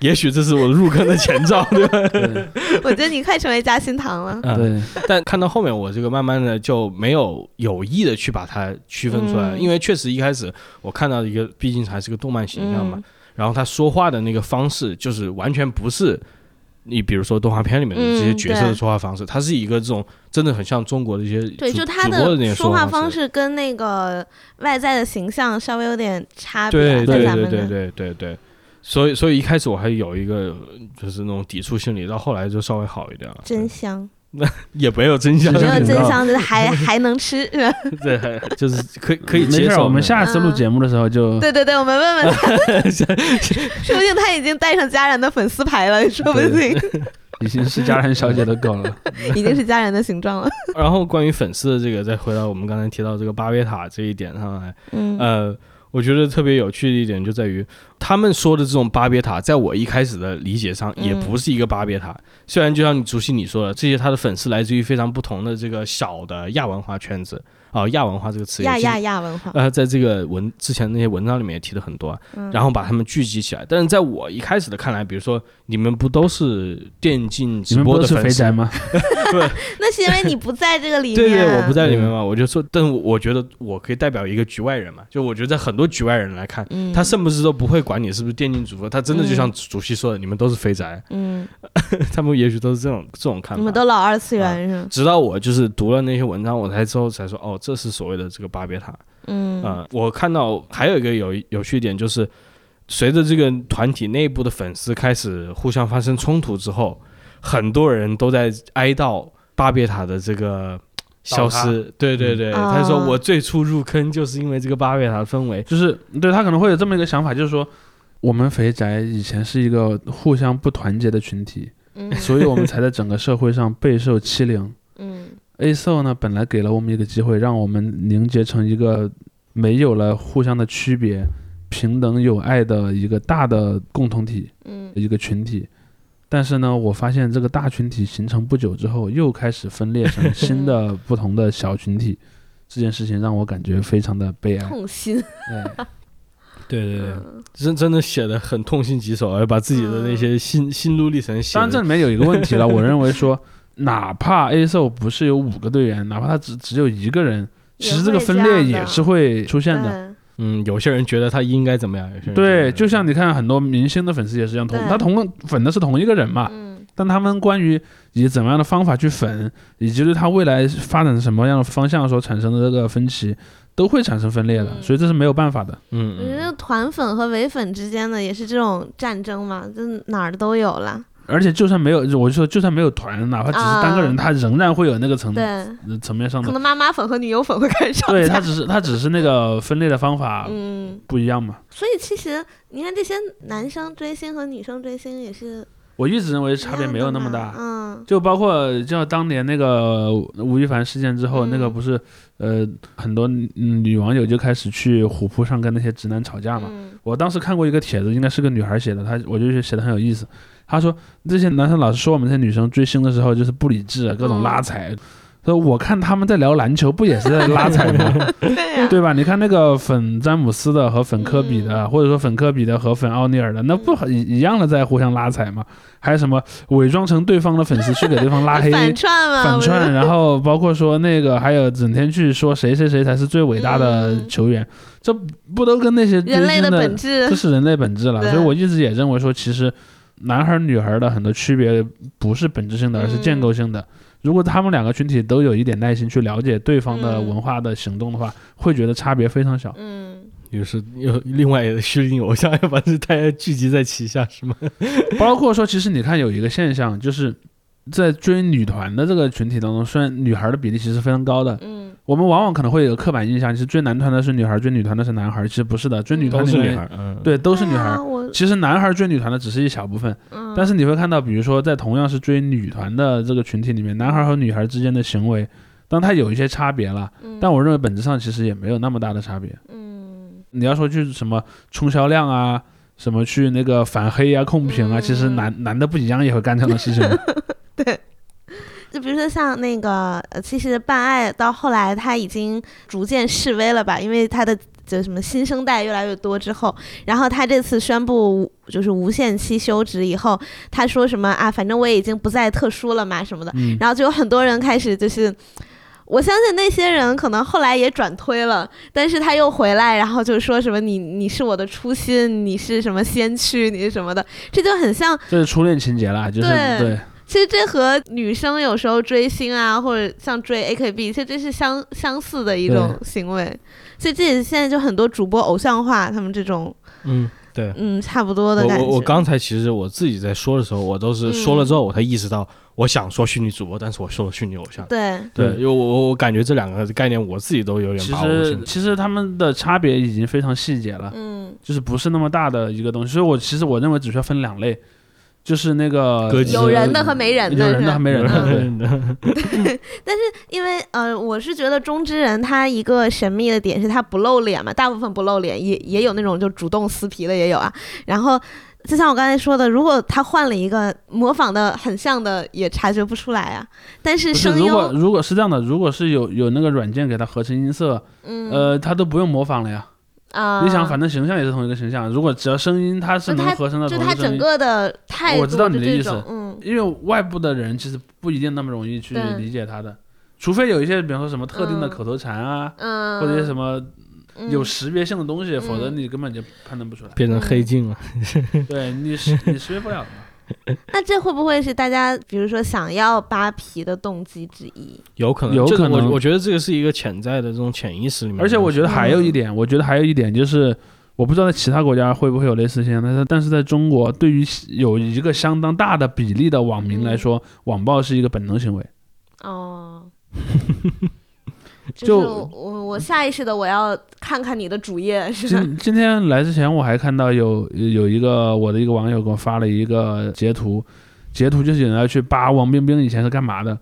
A: 也许这是我入坑的前兆，对吧？
C: 对
B: 我觉得你快成为夹心糖了。
A: 嗯，
C: 对，
A: 但看到后面，我这个慢慢的就没有有意的去把它区分出来，
B: 嗯
A: 因为确实一开始我看到一个，毕竟还 是个动漫形象嘛，
B: 嗯
A: 然后他说话的那个方式就是完全不是。你比如说动画片里面的这些
B: 嗯
A: 角色的
B: 对
A: 说话方式，它是一个这种真的很像中国的一些
B: 对，
A: 主
B: 就他
A: 主播的那些
B: 说话
A: 方
B: 方，式跟那个外在的形象稍微有点差别，
A: 对
B: 在
A: 对
B: 咱
A: 对
B: 们
A: 对
B: 的
A: 对对对，所以所以一开始我还有一个就是那种抵触心理，到后来就稍微好一点了，
B: 真香，
A: 也没有真相，
B: 没
C: 真
B: 有
C: 香
B: 真香，就是还还能吃。
A: 对，还 就是可以可以
C: 没
A: 接
C: 事儿，
A: 受。
C: 我们下次录节目的时候就
B: 嗯对对对，我们问 问他，说不定他已经带上家人的粉丝牌 了，说不定
C: 已经是家人小姐的狗 了。
B: 已经是家人的形 状了。
A: 然后关于粉丝的这个，再回到我们刚才提到这个巴别塔这一点上来，
B: 嗯
A: 呃，我觉得特别有趣的一点就在于，他们说的这种巴别塔，在我一开始的理解上，也
B: 嗯
A: 不是一个巴别塔。虽然就像你竹溪你说的，这些他的粉丝来自于非常不同的这个小的亚文化圈子啊、亚文化这个词也
B: 亚
A: 是
B: 亚亚文 化，
A: 呃，在这个文之前那些文章里面也提了很多啊，
B: 嗯
A: 然后把他们聚集起来。但是在我一开始的看来，比如说你们不都是电竞
C: 你
A: 直
C: 们
A: 播
C: 不
A: 的
C: 都是
A: 粉
C: 肥
A: 丝
C: 宅？吗？
B: 那是因为你不在这个里面。
A: 对对，我不在里面嘛，我就说，但我我觉得我可以代表一个局外人嘛，就我觉得在很多局外人来看，
B: 嗯
A: 他甚至都不会管你是不是电竞主播，他真的就
B: 嗯
A: 像主席说的，你们都是肥宅，
B: 嗯，
A: 他们也许都是这种这种看法。
B: 你们都老二次元
C: 啊
B: 是吗？
A: 直到我就是读了那些文章，我才之后才说，哦，这是所谓的这个巴别塔。
B: 嗯
C: 啊
A: 呃，我看到还有一个有有趣点就是，随着这个团体内部的粉丝开始互相发生冲突之后，很多人都在哀悼巴别塔的这个。消失，对对对，
B: 嗯
A: 他说
B: 啊
A: 我最初入坑就是因为这个巴别塔的氛围，
C: 就是对他可能会有这么一个想法，就是说我们肥宅以前是一个互相不团结的群体，
B: 嗯
C: 所以我们才在整个社会上备受欺凌。
B: 嗯
C: A s o 呢，本来给了我们一个机会，让我们凝结成一个没有了互相的区别、平等友爱的一个大的共同体，
B: 嗯
C: 一个群体。但是呢，我发现这个大群体形成不久之后，又开始分裂成新的 不同的小群体，这件事情让我感觉非常的悲哀。
B: 痛心。嗯
C: 哎，
A: 对对对，呃真真的写的很痛心疾首，而哎把自己的那些心心路历程写
C: 当然这
A: 得。
C: 里面有一个问题了，我认为 说，哪怕 A s o 不是有五个队员，哪怕他只只有一个人，其实这个分裂也是会出现的。
B: 对
A: 嗯，有些人觉得他应该怎么样，有些人觉
C: 对，
A: 得嗯
C: 就像你看很多明星的粉丝也是一样，同
B: 对
C: 他同粉的是同一个人嘛，
B: 嗯，
C: 但他们关于以怎么样的方法去粉，以及对他未来发展什么样的方向所产生的这个分歧，都会产生分裂的，
B: 嗯
C: 所以这是没有办法的。
A: 嗯
B: 我觉
A: 嗯
B: 得团粉和伪粉之间的也是这种战争嘛，就哪儿都有了。
C: 而且就算没有，我就说就算没有团，哪怕只是单个人，
B: 啊
C: 他仍然会有那个层、
B: 对，
C: 呃层面上
B: 可
C: 的，
B: 能妈妈粉和女友粉会开始吵
C: 对
B: 架。
C: 他只是他只是那个分裂的方法
B: 嗯，
C: 不一样嘛。
B: 所以其实你看，这些男生追星和女生追星也是
C: 我一直认为
B: 一
C: 差别
B: 样
C: 没有
B: 的
C: 那么
B: 嘛
C: 大，
B: 嗯，
C: 就包括就当年那个吴亦凡事件之后，
B: 嗯
C: 那个不是呃很多女女网友就开始去虎扑上跟那些直男吵架嘛。
B: 嗯
C: 我当时看过一个帖子，应该是个女孩写的，她我就觉得写的很有意思。她说这些男生老是说我们这些女生追星的时候就是不理智，各
B: 嗯
C: 种拉踩。她说我看他们在聊篮球，不也是在拉踩吗？
B: 对 呀、
C: 对吧？啊你看那个粉詹姆斯的和粉科比的，
B: 嗯
C: 或者说粉科比的和粉奥尼尔的，那不很一一样的在互相拉踩吗？还有什么伪装成对方的粉丝去给对方拉 黑？
B: 反串嘛，
C: 反
B: 我觉得
C: 串，然后包括说那个，还有整天去说谁谁谁才是最伟大的
B: 嗯
C: 球员，这不都跟那些追
B: 人类
C: 星
B: 的本 质
C: 这。是人类本质了。
B: 对
C: 所以我一直也认为说，其实男孩儿女孩儿的很多区别不是本质性
B: 嗯
C: 的，而是建构性的。如果他们两个群体都有一点耐心去了解对方的
B: 嗯
C: 文化的行动的话，会觉得差别非常小。
B: 嗯，
A: 也是有另外一个虚拟偶像，要把这大家聚集在旗下，是吗？
C: 包括说，其实你看有一个现象，就是在追女团的这个群体当中，虽然女孩儿的比例其实非常高的，
B: 嗯，
C: 我们往往可能会有刻板印象，其实追男团的是女孩儿，追女团的是男孩儿，其实不是的，追女团
A: 都
C: 里
A: 是女
C: 面
A: 孩，嗯，
C: 对都是女
B: 对啊
C: 孩儿。
B: 我
C: 其实男孩儿追女团的只是一小部分，
B: 嗯，
C: 但是你会看到，比如说在同样是追女团的这个群体里面，男孩和女孩之间的行为，当然它有一些差别了，但我认为本质上其实也没有那么大的差别。
B: 嗯，
C: 你要说去什么冲销量啊，什么去那个反黑啊、控评啊，
B: 嗯
C: 其实男男的不一样也会干这样的事情的。
B: 就比如说像那个，呃其实办爱到后来他已经逐渐示威了吧，因为他的就什么新生代越来越多之后，然后他这次宣布无就是无限期休止以后，他说什么啊，反正我也已经不再特殊了嘛什么的，
C: 嗯，
B: 然后就有很多人开始就是。我相信那些人可能后来也转推了，但是他又回来，然后就说什么你你是我的初心，你是什么先驱，你是什么的，这就很像
C: 这是初恋情节啦，就是
B: 对
C: 对
B: 其实这和女生有时候追星啊，或者像追 AKB，其实这是相相似的一种行为。所以这也是现在就很多主播偶像化，他们这种
A: 嗯，对。
B: 嗯差不多的
A: 我
B: 感觉。
A: 我我刚才其实我自己在说的时候，我都是说了之后，我才意识到我想说虚拟主播，但是我说了虚拟偶像。
B: 对，
A: 对，
C: 对
A: 因为我我我感觉这两个概念我自己都有点
C: 其
A: 把握不
C: 实
A: 清
C: 其实他们的差别已经非常细节了，
B: 嗯，
C: 就是不是那么大的一个东西。所以我其实我认为只需要分两类，就是那个
A: 歌姬
B: 有人的和没人
C: 有
B: 的嗯
C: 人
B: 是
C: 的
B: 吧？
C: 还没人的，对。 嗯
B: 因为呃，我是觉得中之人他一个神秘的点是他不露脸嘛，大部分不露脸，也也有那种就主动撕皮的也有啊。然后就像我刚才说的，如果他换了一个模仿的很像的，也察觉不出来啊。但是
C: 不是，
B: 声
C: 如
B: 优，
C: 果如果是这样的，如果是有有那个软件给它合成音色，
B: 嗯
C: 呃，它都不用模仿了呀。
B: 啊，
C: 你想，反正形象也是同一个形象，如果只要声音它是
B: 就
C: 能
B: 它
C: 合成到
B: 就
C: 同一
B: 他
C: 个声
B: 整
C: 音，
B: 个的态度，
C: 我知道你的意
B: 就
C: 思
B: 这种嗯
C: 因为外部的人其实不一定那么容易去
B: 对
C: 理解它的，除非有一些，比方说什么特定的
B: 嗯
C: 口头禅啊，
B: 嗯，
C: 或者一些什么
B: 嗯
C: 有识别性的东西，否则你根本就判断不出来。
A: 变成黑镜了。
C: 对你识你识别不了的嘛。
B: 那这会不会是大家比如说想要扒皮的动机之一？
A: 有可能，
C: 有
A: 这个
C: 可能
A: 我我觉得这个是一个潜在的这种潜意识里面的东
C: 而
A: 西。
C: 且我觉得还有一点，我觉得还有一点就是，我不知道在其他国家会不会有类似现象，但是但是在中国，对于有一个相当大的比例的网民来说，网暴是一个本能行为。
B: 哦。
C: 就是
B: 我，我下意识的我要看看你的主页是吧？
C: 今今天来之前，我还看到有有一个我的一个网友给我发了一个截图，截图就是有人要去扒王冰冰以前是干嘛的，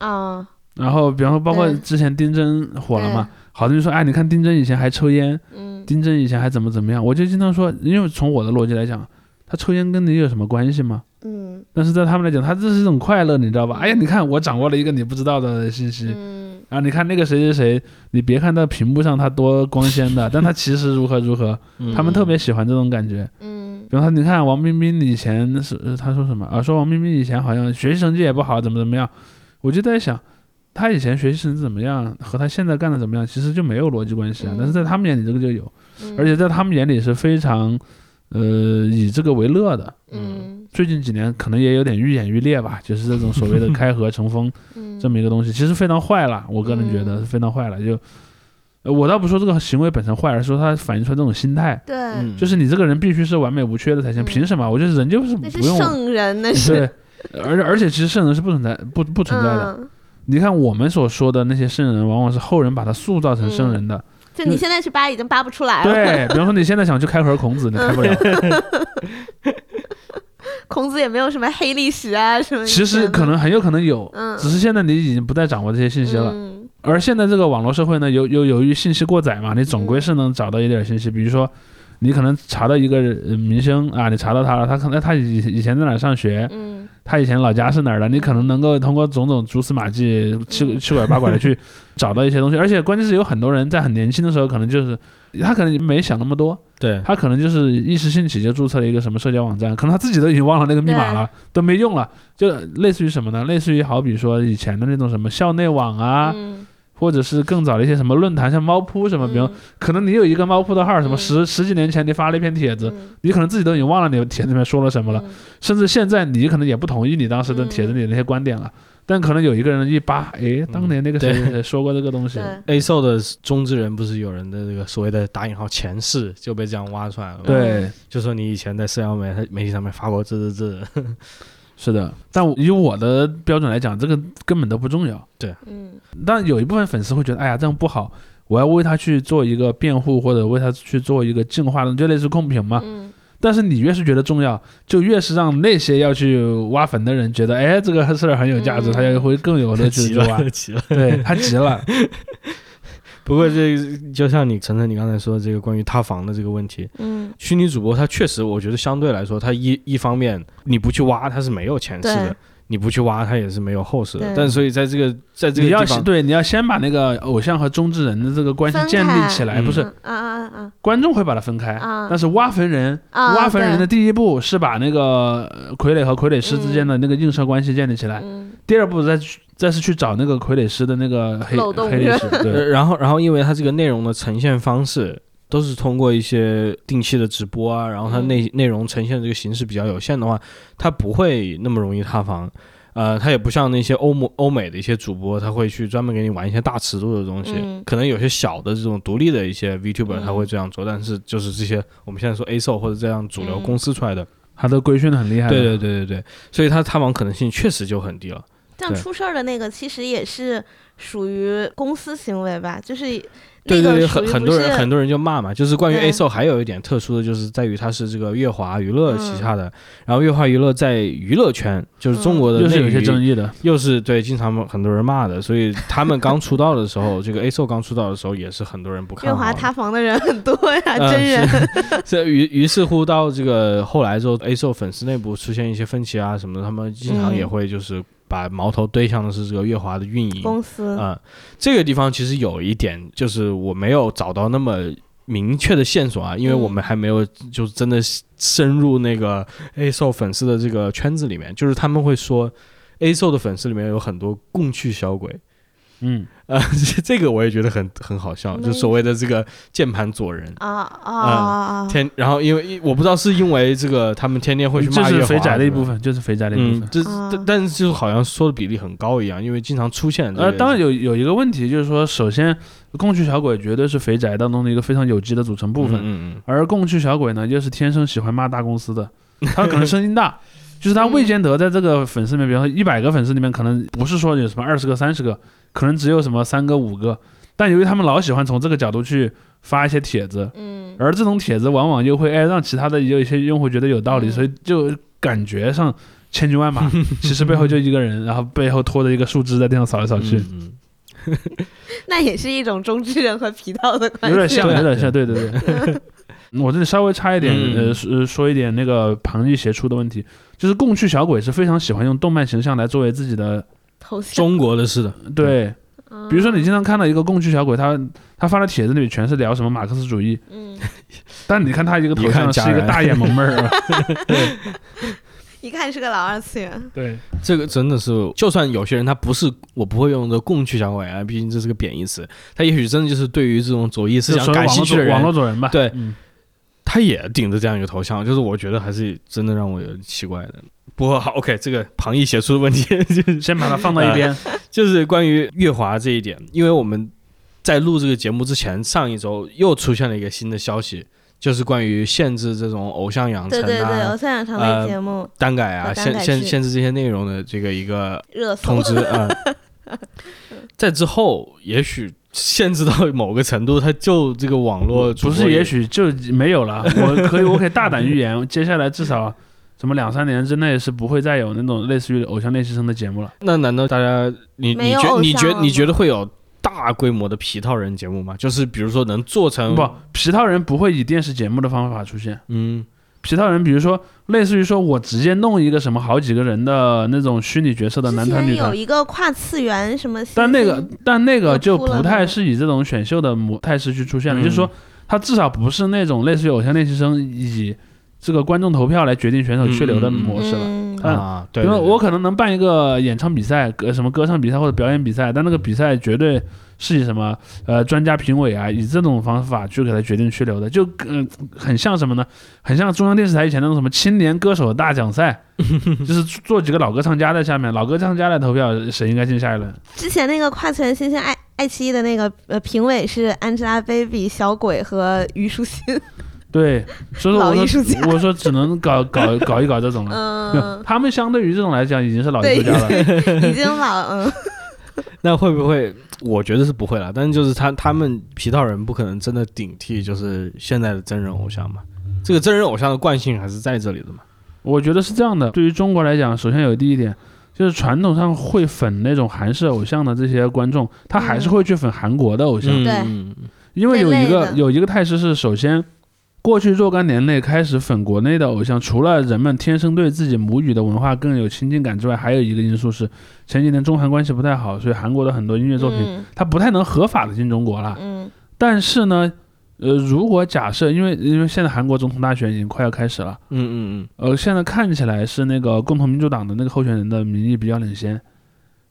C: 嗯
B: 啊，
C: 然后比方说包括
B: 对
C: 之前丁真火了嘛，好多人说哎，你看丁真以前还抽烟，
B: 嗯，
C: 丁真以前还怎么怎么样，我就经常说，因为从我的逻辑来讲，他抽烟跟你有什么关系吗？
B: 嗯
C: 但是在他们来讲，他这是一种快乐，你知道吧？哎呀，你看我掌握了一个你不知道的信息，
B: 嗯
C: 然后你看那个谁谁谁，你别看到屏幕上他多光鲜的，但他其实如何如何，
A: 嗯
C: 他们特别喜欢这种感觉。
B: 嗯
C: 比方说，你看王冰冰以前是呃他说什么啊？说王冰冰以前好像学习成绩也不好，怎么怎么样？我就在想，他以前学习成绩怎么样，和他现在干的怎么样，其实就没有逻辑关系啊。
B: 嗯
C: 但是在他们眼里，这个就有，
B: 嗯
C: 而且在他们眼里是非常，呃，以这个为乐的。
B: 嗯
C: 最近几年可能也有点愈演愈烈吧，就是这种所谓的开合成风
B: 嗯
C: 这么一个东西，其实非常坏了。我个人觉得
B: 嗯
C: 是非常坏了。就，呃我倒不说这个行为本身坏，而是说它反映出来这种心态，
B: 对，
A: 嗯
C: 就是你这个人必须是完美无缺的才行。
B: 嗯
C: 凭什么？我觉得人就是
B: 那是
C: 不用
B: 圣人，那是
C: 对，而而且其实圣人是不存在不不存在的。
B: 嗯，
C: 你看我们所说的那些圣人，往往是后人把他塑造成圣人的。
B: 就你现在去扒已经扒不出来了，
C: 对，比方说你现在想去开盒孔子，你开不了。
B: 嗯孔子也没有什么黑历史啊什么以前
C: 其
B: 的。
C: 实可能很有可能有，
B: 嗯
C: 只是现在你已经不再掌握这些信息了。
B: 嗯
C: 而现在这个网络社会呢，由由由于信息过载嘛，你总归是能找到一点信息，比如说。你可能查到一个呃明星啊，你查到他了，他可能他以以前在哪儿上学，
B: 嗯
C: 他以前老家是哪儿的，你可能能够通过种种蛛丝马迹、七七拐八拐的去找到一些东西，而且关键是有很多人在很年轻的时候，可能就是他可能没想那么多，
A: 对，
C: 他可能就是一时兴起就注册了一个什么社交网站，可能他自己都已经忘了那个密码了，都没用了，就类似于什么呢？类似于好比说以前的那种什么校内网啊，
B: 嗯
C: 或者是更早的一些什么论坛，像猫扑什么，比如
B: 嗯
C: 可能你有一个猫扑的号，什么
B: 嗯
C: 十十几年前你发了一篇帖子，
B: 嗯
C: 你可能自己都已经忘了你帖子里面说了什么了。
B: 嗯
C: 甚至现在你可能也不同意你当时的帖子里的那些观点
B: 嗯
C: 了，但可能有一个人一扒，诶，当年那个谁
A: 对
C: 谁谁说过这个东西，
B: 对
A: A 兽的中之人不是有人的这个所谓的打引号前世就被这样挖出来了吗？
C: 对，
B: 嗯
A: 就说你以前在社交媒媒体上面发过这这这，
C: 是的。但我以我的标准来讲，这个根本都不重要。
B: 嗯
C: 但有一部分粉丝会觉得，哎呀，这样不好，我要为他去做一个辩护，或者为他去做一个净化，就类似控评嘛。
B: 嗯
C: 但是你越是觉得重要，就越是让那些要去挖坟的人觉得，哎，这个事儿很有价值，
B: 嗯
C: 他也会更有乐
A: 急
C: 趣去挖
A: 了。急了。
C: 对他急 了，
A: 不过这就像你晨晨你刚才说的这个关于塌房的这个问题，
B: 嗯
A: 虚拟主播他确实，我觉得相对来说，他一一方面你不去挖，他是没有前世的
B: 对；
A: 你不去挖，他也是没有后世的。
B: 对
A: 但所以在这个在这个
C: 你要
A: 地方
C: 先嗯对，你要先把那个偶像和中之人的这个关系
B: 分
C: 建立
B: 开
C: 起来，不
A: 嗯
C: 是
B: 嗯啊啊啊
C: 观众会把它分开，
B: 啊
C: 但是挖坟人，
B: 啊！
C: 挖坟人的
B: 对
C: 第一步是把那个呃傀儡和傀儡师之间的那个映射关系建立起来，
B: 嗯
C: 第二步再去再是去找那个傀儡师的那个黑
B: 漏洞
C: 黑历史，
A: 呃
C: 对，
A: 然后然后因为它这个内容的呈现方式都是通过一些定期的直播啊，然后它内、
B: 嗯
A: 内容呈现的这个形式比较有限的话，它不会那么容易塌房。呃，它也不像那些欧盟欧美的一些主播，他会去专门给你玩一些大尺度的东西。
B: 嗯
A: 可能有些小的这种独立的一些 VTuber
B: 嗯
A: 他会这样做，但是就是这些我们现在说 A 售或者这样主流
B: 嗯
A: 公司出来的，
C: 他都规训的很厉害，
A: 对对对对对，所以它塌房可能性确实就很低了。
B: 这样
A: 对
B: 出事儿的那个其实也是属于公司行为吧，就是
A: 对对
B: 那
A: 对，
B: 个属
A: 很
B: 于
A: 很
B: 不
A: 多
B: 是
A: 人很多人就骂嘛，就是关于
B: 对
A: A SO 还有一点特殊的，就是在于它是这个乐华娱乐
B: 嗯
A: 旗下的，然后乐华娱乐在娱乐圈就是
B: 嗯
A: 中国的
C: 又
A: 内
C: 是有
A: 娱，
C: 些争议的，
A: 又是对经常很多人骂的，所以他们刚出道的时候，这 个 A SO 刚出道的时候也是很多人不看
B: 月
A: 好
B: 华
A: 的
B: 塌房的人很多呀，
A: 嗯
B: 真人
A: 这于于是乎到这个后来之后，A SO 粉丝内部出现一些分歧啊什么的，他们经常
B: 嗯
A: 也会就是把矛头对向的是这个乐华的运营
B: 公司，
A: 啊、这个地方其实有一点，就是我没有找到那么明确的线索啊，因为我们还没有就是真的深入那个 A 兽粉丝的这个圈子里面，就是他们会说 A 兽的粉丝里面有很多共趣小鬼。
C: 嗯，
A: 啊、 这这个我也觉得很很好笑，就所谓的这个键盘左人
B: 啊啊啊！
A: 天，然后因为我不知道是因为这个他们天天会去
C: 就
A: 骂
C: 是
A: 月华
C: 肥宅的一部
A: 分，
C: 分，就是肥宅的一部
A: 嗯
C: 分，。
A: 这
B: 啊
A: 但但是就好像说的比例很高一样，因为经常出现这个。
C: 呃，当然有有一个问题，就是说，首先，共趣小鬼绝对是肥宅当中的一个非常有机的组成部分，
A: 嗯嗯
C: 而共趣小鬼呢，就是天生喜欢骂大公司的，他可能声音大，就是他魏建德在这个粉丝里面，比如说一百个粉丝里面，可能不是说有什么二十个、三十个，可能只有什么三个、五个，但由于他们老喜欢从这个角度去发一些帖子，
B: 嗯
C: 而这种帖子往往又会哎让其他的有一些用户觉得有道理，
B: 嗯
C: 所以就感觉上千军 万马，其实背后就一个人，然后背后拖着一个树枝在地上扫来扫
A: 嗯
C: 去，
A: 嗯
B: 那也是一种中之人和皮套的关系，
C: 有点像，
A: 对啊
C: 有点像，对对对。我这里稍微插一点，
A: 嗯
C: 呃说，说一点那个旁逸斜出的问题，就是共趣小鬼是非常喜欢用动漫形象来作为自己的
B: 头像，
A: 中国的是的，
C: 对，
B: 嗯
C: 比
A: 嗯
C: 如说你经常看到一个共趣小鬼，他他发的帖子里全是聊什么马克思主义，
B: 嗯，
C: 但你看他一个头
A: 一看戛
C: 像是一
A: 然
C: 个大眼萌 妹儿啊，
B: 一看是个老二次元。
C: 对，
A: 这个真的是，就算有些人他不是我不会用的共趣小鬼啊，毕竟这是个贬义词，他也许真的就是对于这种左翼思
C: 是
A: 想感兴趣的
C: 网络
A: 人，
C: 左人吧，
A: 对
C: 嗯
A: 他也顶着这样一个头像，就是我觉得还是真的让我有点奇怪的。不过好，OK，这个旁逸写出的问题 就是
C: 先把它放到一边，
A: 哎就是关于月华这一点，因为我们在录这个节目之前，上一周又出现了一个新的消息，就是关于限制这种偶像养成
B: 对对对，偶
A: 啊、
B: 像养成
A: 呃
B: 类节目
A: 单改啊、
B: 呃单
A: 限
B: 改
A: 限
B: 是
A: 限制这些内容的这个一个
B: 热搜
A: 通， 知啊。在之后，也许限制到某个程度，它就这个网络主
C: 不
A: 播
C: 是也许就没有 了，我可以我可以大胆预言，接下来至少什么两三年之内是不会再有那种类似于偶像练习生的节目了。
A: 那难道大家你
B: 没
A: 你
B: 有
A: 觉
B: 偶
A: 你
B: 像啊
A: 觉
B: 了
A: 你
B: 吗
A: 觉得会有大规模的皮套人节目吗？就是比如说能做成
C: 不，皮套人不会以电视节目的方法出现。
A: 嗯
C: 皮套人，比如说类似于说我直接弄一个什么好几个人的那种虚拟角色的
B: 之
C: 男团
B: 前
C: 女
B: 有
C: 团，
B: 一个跨次元什么星星，
C: 但那个但那个就
B: 又出了
C: 不太是以这种选秀的模态式去出现了，
A: 嗯
C: 就是说它至少不是那种类似于偶像练习生以这个观众投票来决定选手去留
A: 嗯
C: 的
A: 嗯嗯嗯
C: 模式了。
B: 嗯
C: 嗯
A: 啊，对
C: 比如
A: 对对
C: 我可能能办一个演唱比赛，呃，什么歌唱比赛或者表演比赛，但那个比赛绝对是以什么呃专家评委啊，以这种方法去给他决定去留的，就嗯、很像什么呢？很像中央电视台以前那种什么青年歌手大 奖赛，就是做几个老歌唱家在下面，老歌唱家来投票谁应该进下一轮。
B: 之前那个跨次元新星爱爱奇艺的那个呃评委是 Angelababy、小鬼和虞书欣，
C: 对，所以说
B: 老
C: 我
B: 艺术
C: 说
B: 家
C: 我说只能搞搞搞一搞这种了。没有
B: 嗯，
C: 他们相对于这种来讲已经是老艺
B: 对，
C: 术家了。
B: 已经老 嗯，
A: 那会不会？我觉得是不会啦，但是就是他他们皮套人不可能真的顶替就是现在的真人偶像嘛。这个真人偶像的惯性还是在这里的嘛。
C: 我觉得是这样的，对于中国来讲，首先有第一点，就是传统上会粉那种韩式偶像的这些观众，他还是会去粉韩国的偶像，
B: 对
A: 嗯
C: 因为有一
B: 这类
C: 个
B: 的
C: 有一个态势是，首先。过去若干年内开始粉国内的偶像，除了人们天生对自己母语的文化更有亲近感之外，还有一个因素是前几年中韩关系不太好，所以韩国的很多音乐作品、啊它不太能合法的进中国了。
B: 嗯
C: 但是呢，呃，如果假设因为因为现在韩国总统大选已经快要开始了，
A: 嗯嗯
C: 呃，现在看起来是那个共同民主党的那个候选人的民意比较领先。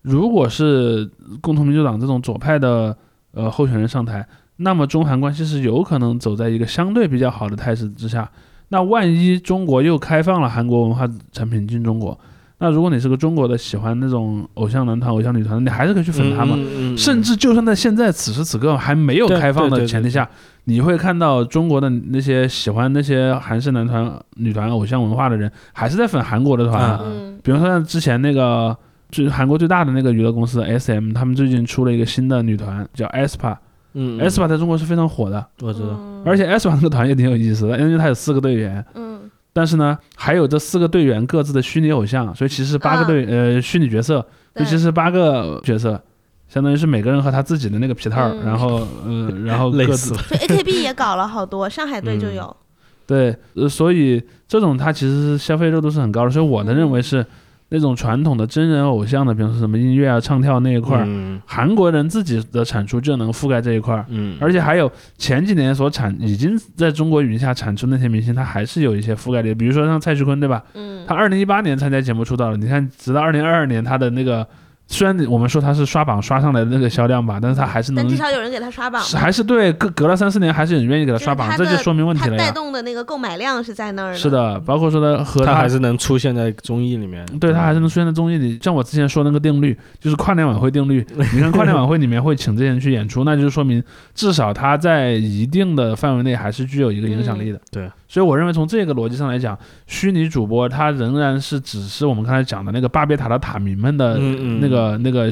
C: 如果是共同民主党这种左派的呃候选人上台，那么中韩关系是有可能走在一个相对比较好的态势之下。那万一中国又开放了韩国文化产品进中国，那如果你是个中国的喜欢那种偶像男团、偶像女团，你还是可以去
A: 嗯，
C: 粉他们。
A: 嗯，嗯
C: 甚至就算在现在此时此刻还没有
A: 对
C: 开放
A: 对
C: 的
A: 对
C: 前提
A: 对
C: 下，你会看到中国的那些喜欢那些韩式男团、女团偶像文化的人，还是在粉韩国的团啊。
A: 嗯
B: 嗯
C: 比如说像之前那个，就是韩国最大的那个娱乐公司 S M，他们最近出了一个新的女团叫 aespa，aespa、
A: 嗯
C: aespa 在中国是非常火的，
A: 我知道，
B: 嗯
C: 而且 aespa 那个团也挺有意思的，因为它有四个队员。
B: 嗯
C: 但是呢，还有这四个队员各自的虚拟偶像，所以其实八个
B: 啊
C: 队、呃虚拟角色，尤
B: 对
C: 其是八个角色，相当于是每个人和他自己的那个皮套儿，
B: 嗯
C: 然后呃，然后
A: 累
C: 各
A: 死
C: 自
A: 了。
B: 就 AKB 也搞了好多，上海队
C: 嗯
B: 就有，
C: 对，呃所以这种它其实是消费热度是很高的，所以我的认为
B: 嗯
C: 是那种传统的真人偶像的，比如说什么音乐啊、唱跳那一块儿，
A: 嗯
C: 韩国人自己的产出就能覆盖这一块儿。
A: 嗯，
C: 而且还有前几年所产已经在中国云下产出那些明星，他还是有一些覆盖力，比如说像蔡徐坤，对吧？
B: 嗯
C: 他二零一八年参加节目出道了，你看，直到二零二二年，他的那个虽然我们说他是刷榜刷上来的那个销量吧，但是他还是能
B: 但至，少有人给他刷榜嘛，
C: 是还是对隔隔了三四年，还是有人愿意给他刷榜，
B: 就是他
C: 这
B: 的
C: 就说明问题
B: 他
C: 了
B: 带
C: 呀。
B: 动的那个购买量是在那儿的，
C: 是，的，包括说他和
A: 他
C: 他
A: 还是能出现在综艺里面，
C: 对他还是能出现在综艺里，像我之前说那个定律，就是跨年晚会定律。你看跨年晚会里面会请这些人去演出，那就是说明至少他在一定的范围内还是具有一个影响力的。
A: 对，
C: 所以我认为从这个逻辑上来讲，虚拟主播他仍然是只是我们刚才讲的那个巴别塔的塔民们的
A: 嗯嗯
C: 那个、那个，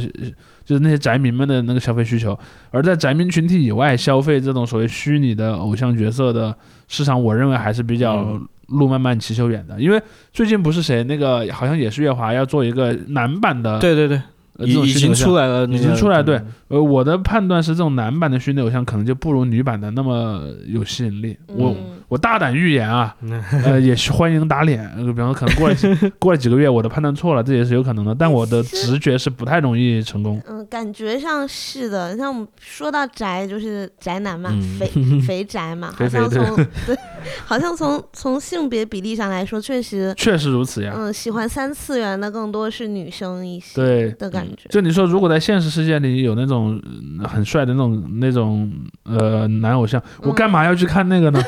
C: 就是那些宅民们的那个消费需求，而在宅民群体以外消费这种所谓虚拟的偶像角色的市场，我认为还是比较
A: 嗯
C: 路漫漫其修远的。因为最近不是谁那个好像也是月华要做一个男版的，
A: 对对对，
C: 呃、
A: 已已经出
C: 来。
A: 来了，那
C: 已经
A: 个
C: 出来对呃，我的判断是这种男版的虚拟偶像可能就不如女版的那么有吸引力。我
B: 嗯
C: 我大胆预言啊，
A: 嗯
C: 呃，也是欢迎打脸。呃比方说，可能过 了几过了几个月，我的判断错了，这也是有可能的。但我的直觉是不太容易成功。
B: 嗯，感觉上是的。像我们说到宅，就是宅男嘛，
A: 嗯
B: 肥 肥宅嘛，
C: 肥肥
B: 好像
C: 的
B: 从对，好像从从性别比例上来说，确实，
C: 确实如此呀。
B: 嗯，喜欢三次元的更多是女生一些
C: 对，嗯
B: 的感觉。
C: 就你说，如果在现实世界里有那种嗯很帅的那种那种呃男偶像，
B: 嗯
C: 我干嘛要去看那个呢？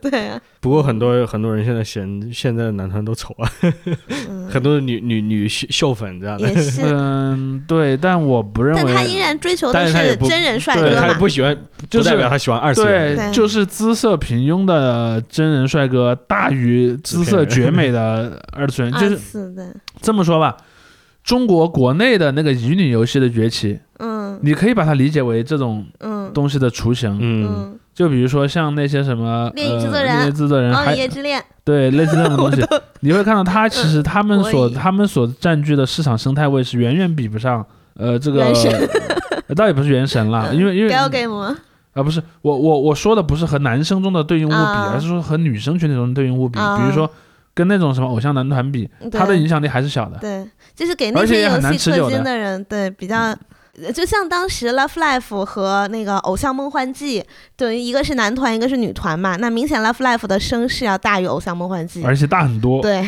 B: 对 啊，
A: 不过很多很多人现在嫌现在的男团都丑啊，
B: 嗯，
A: 很多女女女秀秀粉这样的，
B: 也 是。
C: 嗯、对，但我不认
B: 但他依
C: 为，
B: 然追求
A: 但
B: 的
A: 是他也
B: 是
A: 不
B: 真人帅
C: 对
B: 哥
A: 他也
B: 嘛，
A: 不喜欢，
C: 就
A: 不代
C: 是
A: 表他喜欢二次元。
C: 对，
B: 对
C: 就是姿色平庸的真人帅哥大于姿色绝美的二次元，就
B: 二
C: 是
B: 次的，
C: 这么说吧。中国国内的那个乙女游戏的崛起，
B: 嗯
C: 你可以把它理解为这种
B: 嗯
C: 东西的雏形。
A: 嗯，
B: 嗯，
C: 就比如说像那些什么
B: 恋与制作
C: 呃
B: 人啊哦
C: 恋与制作人，
B: 《
C: 还
B: 暗夜之恋》
C: 对，类似这种 东西，你会看到它其实他们
B: 嗯我
C: 所
B: 以
C: 他们所占据的市场生态位是远远比不上呃这个
B: 原神，
C: 呃倒也不是原神啦，因为因为
B: 不要
C: 啊、
B: 给我
C: 不是我我我说的不是和男生中的对应物比，
B: 啊
C: 而是说和女生群体中的对应物比，比
B: 啊
C: 如说跟那种什么偶像男团比，它的
B: 对
C: 影响力还是小的。
B: 对，就是给那
C: 而且
B: 些
C: 也
B: 游
C: 很难
B: 戏
C: 持
B: 氪
C: 久
B: 金
C: 的嗯
B: 的人，对比较。就像当时《Love Life》和那个《偶像梦幻季》，等于一个是男团，一个是女团嘛。那明显《Love Life》的声势要大于《偶像梦幻季》。
C: 而且大很多，
B: 对，